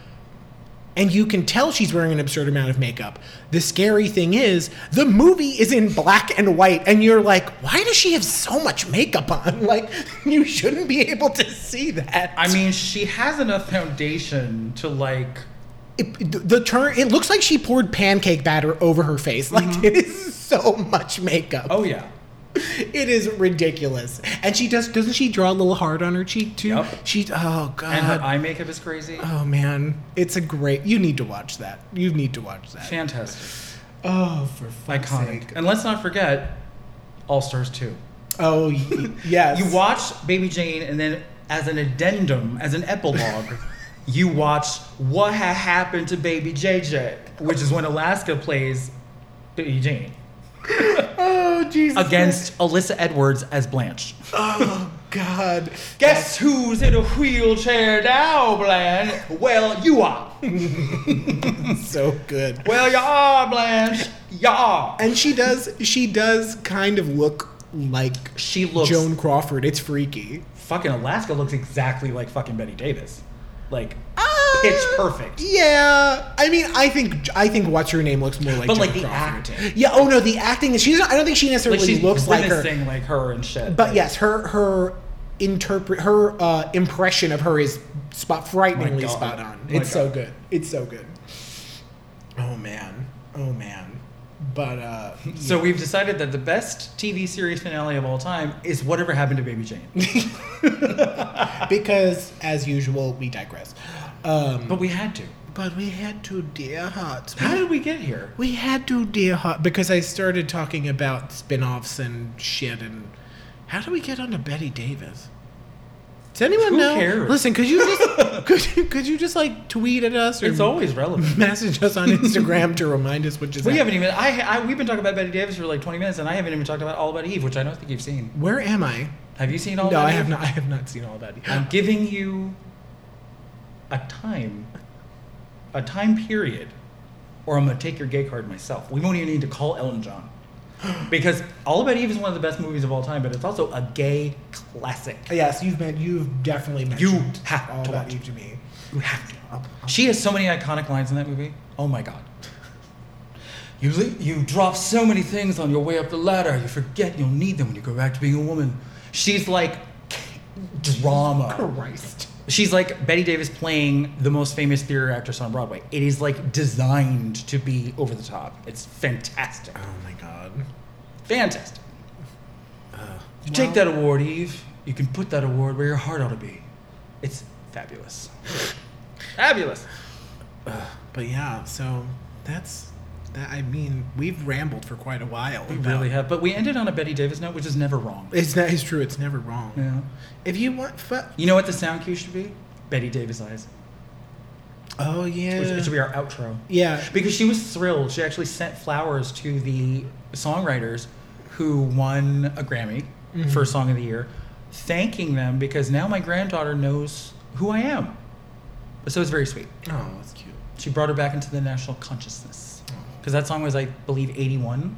Speaker 1: And you can tell she's wearing an absurd amount of makeup. The scary thing is, the movie is in black and white, and you're like, why does she have so much makeup on? Like, you shouldn't be able to see that.
Speaker 2: I mean, she has enough foundation to like.
Speaker 1: It, the- the turn, it looks like she poured pancake batter over her face. Like, it is so much makeup.
Speaker 2: Mm-hmm. Oh yeah,
Speaker 1: It is ridiculous. And she does doesn't she draw a little heart on her cheek too?
Speaker 2: Yep.
Speaker 1: She oh god.
Speaker 2: and her eye makeup is crazy.
Speaker 1: oh man. It's a great you need to watch that. You need to watch that.
Speaker 2: Fantastic,
Speaker 1: oh for fuck's
Speaker 2: iconic.
Speaker 1: sake.
Speaker 2: And let's not forget, All Stars two.
Speaker 1: Oh y- yes.
Speaker 2: You watched Baby Jane, and then as an addendum, as an epilogue, you watched What Had Happened to Baby JJ, which is when Alaska plays Baby Jane
Speaker 1: Oh Jesus.
Speaker 2: against Alyssa Edwards as Blanche.
Speaker 1: Oh god.
Speaker 2: Guess who's in a wheelchair now, Blanche? Well, you are.
Speaker 1: That's so good.
Speaker 2: Well, you are, Blanche. You are.
Speaker 1: And she does she does kind of look like
Speaker 2: She looks
Speaker 1: Joan Crawford. It's freaky.
Speaker 2: fucking Alaska looks exactly like fucking Betty Davis. Like pitch perfect.
Speaker 1: Uh, Yeah, I mean, I think I think what's her name looks more like,
Speaker 2: But,
Speaker 1: Joan
Speaker 2: like, the
Speaker 1: Crawford.
Speaker 2: acting.
Speaker 1: Yeah. Oh no, the acting. is She's. Not, I don't think she necessarily
Speaker 2: Like she
Speaker 1: looks like her.
Speaker 2: menacing like her and shit.
Speaker 1: But yes, her her interpret her uh, impression of her is spot frighteningly
Speaker 2: My God.
Speaker 1: spot on.
Speaker 2: My
Speaker 1: It's so
Speaker 2: God.
Speaker 1: good. It's so good. Oh man. Oh man. But uh,
Speaker 2: So we've decided that the best TV series finale of all time is whatever happened to Baby Jane.
Speaker 1: because as usual, we digress. Um,
Speaker 2: but we had to.
Speaker 1: but we had to, dear hearts.
Speaker 2: How did we get here?
Speaker 1: We had to, dear heart, because I started talking about spin-offs and shit. And how do we get onto Betty Davis? Does anyone
Speaker 2: Who
Speaker 1: know?
Speaker 2: cares?
Speaker 1: Listen, could you just could you, could you just like tweet at us or
Speaker 2: It's always relevant.
Speaker 1: message us on Instagram to remind us what is
Speaker 2: We
Speaker 1: happening?
Speaker 2: haven't even. I, I we've been talking about Betty Davis for like 20 minutes, and I haven't even talked about All About Eve, which I don't think you've seen.
Speaker 1: Where am I?
Speaker 2: Have you seen All Um,
Speaker 1: no,
Speaker 2: About
Speaker 1: I
Speaker 2: Eve?
Speaker 1: have not. I have not seen all that.
Speaker 2: I'm giving you a time, a time period, or I'm gonna take your gay card myself. We won't even need to call Elton John. Because All About Eve is one of the best movies of all time, but it's also a gay classic.
Speaker 1: Yes, you've meant. You've definitely mentioned
Speaker 2: have
Speaker 1: all
Speaker 2: to
Speaker 1: about
Speaker 2: watch
Speaker 1: you to me. Oh,
Speaker 2: You have to. She has so many iconic lines in that movie. Oh my god. You li- you drop so many things on your way up the ladder. You forget you'll need them when you go back to being a woman. She's like drama.
Speaker 1: Christ.
Speaker 2: She's like Betty Davis playing the most famous theater actress on Broadway. It is like designed to be over the top. It's fantastic.
Speaker 1: Oh my god.
Speaker 2: Fantastic. You take that award, Eve. You can put that award where your heart ought to be. It's fabulous. fabulous.
Speaker 1: But yeah, so that's that. I mean, we've rambled for quite a while.
Speaker 2: We
Speaker 1: about-
Speaker 2: really have, but we ended on a Betty Davis note, which is never wrong.
Speaker 1: It's not. It's true. It's never wrong.
Speaker 2: Yeah.
Speaker 1: If you want, fu-
Speaker 2: You know what the sound cue should be? Betty Davis eyes.
Speaker 1: oh
Speaker 2: It
Speaker 1: yeah,
Speaker 2: should- It should be our outro.
Speaker 1: yeah.
Speaker 2: Because she was thrilled. She actually sent flowers to the songwriters who won a Grammy for Song of the Year, thanking them because now my granddaughter knows who I am. So it's very sweet.
Speaker 1: Oh, that's cute.
Speaker 2: She brought her back into the national consciousness. Because that song was, I believe, 81.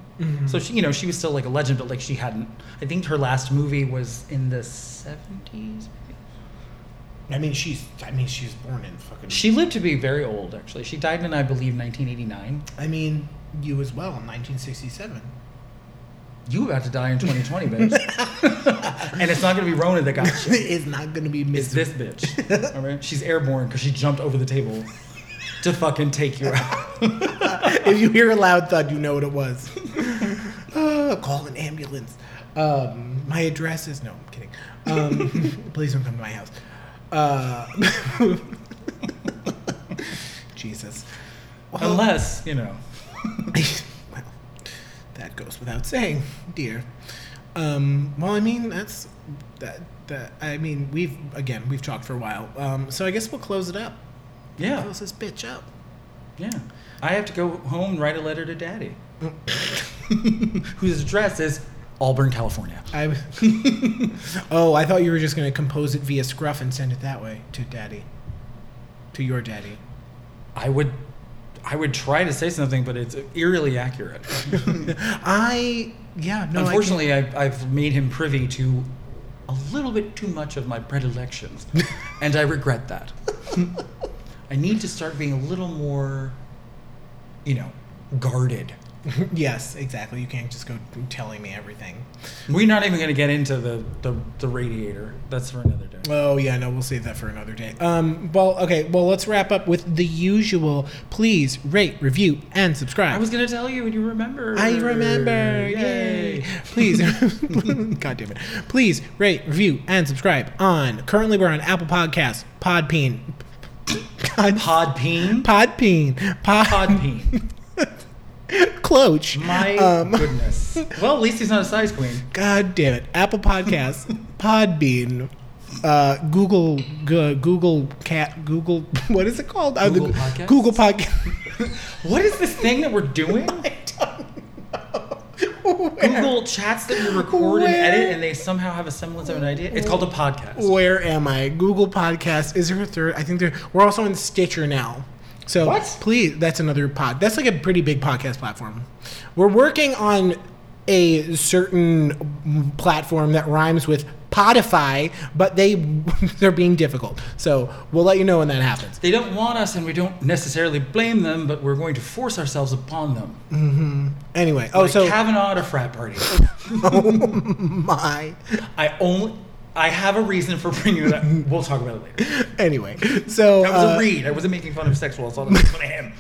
Speaker 2: So, she, you know, she was still like a legend, but like she hadn't. I think her last movie was in the 70s. maybe?
Speaker 1: I mean, she's. I mean, she's born in fucking.
Speaker 2: She lived to be very old, actually. She died in, I believe, 1989.
Speaker 1: I mean, you as well in 1967.
Speaker 2: You about to die in 2020, bitch. and it's not going to be Rona that got you.
Speaker 1: it's not gonna be missed.
Speaker 2: It's this bitch. All right? She's airborne because she jumped over the table to fucking take you out.
Speaker 1: if you hear a loud thud, you know what it was. gonna Uh, call an ambulance. Um, my address is no. I'm kidding. Um, please don't come to my house. Uh, Jesus. Well,
Speaker 2: Unless, you know.
Speaker 1: well, that goes without saying, dear. Um, well, I mean, that's that. That I mean, we've again we've talked for a while. Um, so I guess we'll close it up.
Speaker 2: Yeah.
Speaker 1: Close this bitch up.
Speaker 2: Yeah. I have to go home and write a letter to daddy, whose address is Auburn, California.
Speaker 1: I. oh, I thought you were just gonna compose it via Scruff and send it that way to Daddy. To your daddy.
Speaker 2: I would I would try to say something, but it's eerily accurate.
Speaker 1: I yeah no. I can't-
Speaker 2: Unfortunately, I I've made him privy to a little bit too much of my predilections, and I regret that. I need to start being a little more, you know, guarded.
Speaker 1: yes, exactly. You can't just go telling me everything.
Speaker 2: We're not even going to get into the, the, the radiator. That's for another day.
Speaker 1: Oh yeah, no, we'll save that for another day. Um, well, okay, well, let's wrap up with the usual. Please rate, review, and subscribe.
Speaker 2: I was going to tell you, and you remember.
Speaker 1: I remember, yay! Please, God damn it! Please rate, review, and subscribe on. Currently, we're on Apple Podcasts, Podbean, God,
Speaker 2: Podbean?
Speaker 1: Podbean, Pod,
Speaker 2: Podbean.
Speaker 1: Cloach.
Speaker 2: My
Speaker 1: Um,
Speaker 2: goodness. Well, at least he's not a size queen.
Speaker 1: God damn it! Apple Podcasts, Podbean, uh, Google, G- Google Cat, Google. What is it called? Uh, the-
Speaker 2: Google Podcasts?
Speaker 1: Google Podcast.
Speaker 2: What is this thing that we're doing? Google chats that you record and
Speaker 1: Where?
Speaker 2: edit, and they somehow have a semblance of an idea. It's called a podcast.
Speaker 1: Where am I? Google Podcast. Is there a third? I think there. We're also on Stitcher now. So
Speaker 2: What?
Speaker 1: please, that's another pod. That's like a pretty big podcast platform. We're working on a certain platform that rhymes with Podify, but they they're being difficult. So we'll let you know when that happens.
Speaker 2: They don't want us, and we don't necessarily blame them, but we're going to force ourselves upon them.
Speaker 1: Anyway, oh
Speaker 2: like
Speaker 1: so oh
Speaker 2: Kavanaugh at a frat party.
Speaker 1: my.
Speaker 2: I only. I have a reason for bringing that. We'll talk about it later.
Speaker 1: Anyway, so uh,
Speaker 2: That was a read. I wasn't making fun of sexual assault. I was making fun of him.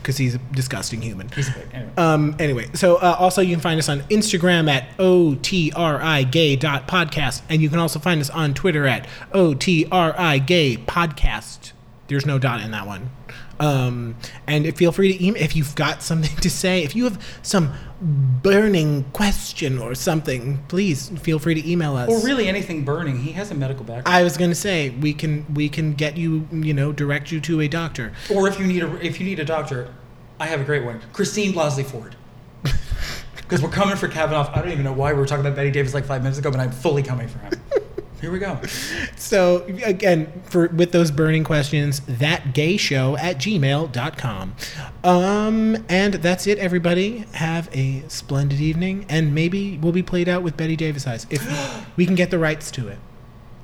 Speaker 1: because he's a disgusting human.
Speaker 2: He's a pig. Anyway.
Speaker 1: Um, anyway, so uh, also you can find us on Instagram at otrigay.podcast, and you can also find us on Twitter at otrigay podcast. There's no dot in that one. Um, and feel free to email if you've got something to say. If you have some burning question or something, please feel free to email us.
Speaker 2: or really anything burning. He has a medical background.
Speaker 1: I was gonna say we can we can get you you know direct you to a doctor.
Speaker 2: Or if you need a if you need a doctor, I have a great one. Christine Blasley Ford. Because we're coming for Kavanaugh. I don't even know why we were talking about Betty Davis like five minutes ago, but I'm fully coming for him. Here we go.
Speaker 1: So again, for with those burning questions, that gay show at gmail.com. Um, and that's it, everybody. Have a splendid evening, and maybe we'll be played out with Betty Davis eyes if we can get the rights to it,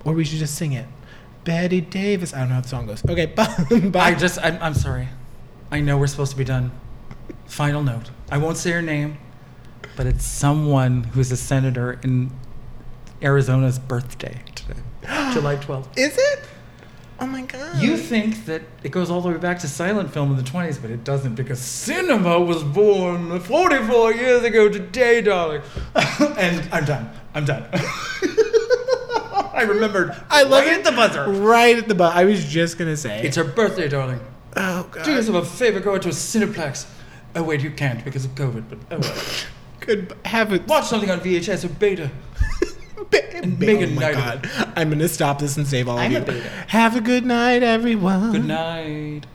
Speaker 1: or we should just sing it. Betty Davis. I don't know how the song goes. Okay, bye.
Speaker 2: I
Speaker 1: bye.
Speaker 2: just I'm, I'm sorry. I know we're supposed to be done. Final note. I won't say her name, but it's someone who's a senator in Arizona's birthday today, July 12th.
Speaker 1: Is it? Oh my god.
Speaker 2: You think that it goes all the way back to silent film in the 20s, but it doesn't because cinema was born 44 years ago today, darling. and I'm done. I'm done. I remembered.
Speaker 1: I love
Speaker 2: right
Speaker 1: it.
Speaker 2: at the buzzer.
Speaker 1: right at the butt. I was just gonna say.
Speaker 2: It's her birthday, darling.
Speaker 1: oh god.
Speaker 2: Do yourself a favor, go out to a Cineplex. Oh, wait, you can't because of COVID, but oh well.
Speaker 1: Good. Have it.
Speaker 2: Watch something on VHS or beta.
Speaker 1: Big
Speaker 2: make
Speaker 1: oh
Speaker 2: a
Speaker 1: my
Speaker 2: night of
Speaker 1: god. I'm gonna stop this and save all
Speaker 2: I'm
Speaker 1: of
Speaker 2: a
Speaker 1: you.
Speaker 2: beta.
Speaker 1: Have a good night, everyone.
Speaker 2: Good night.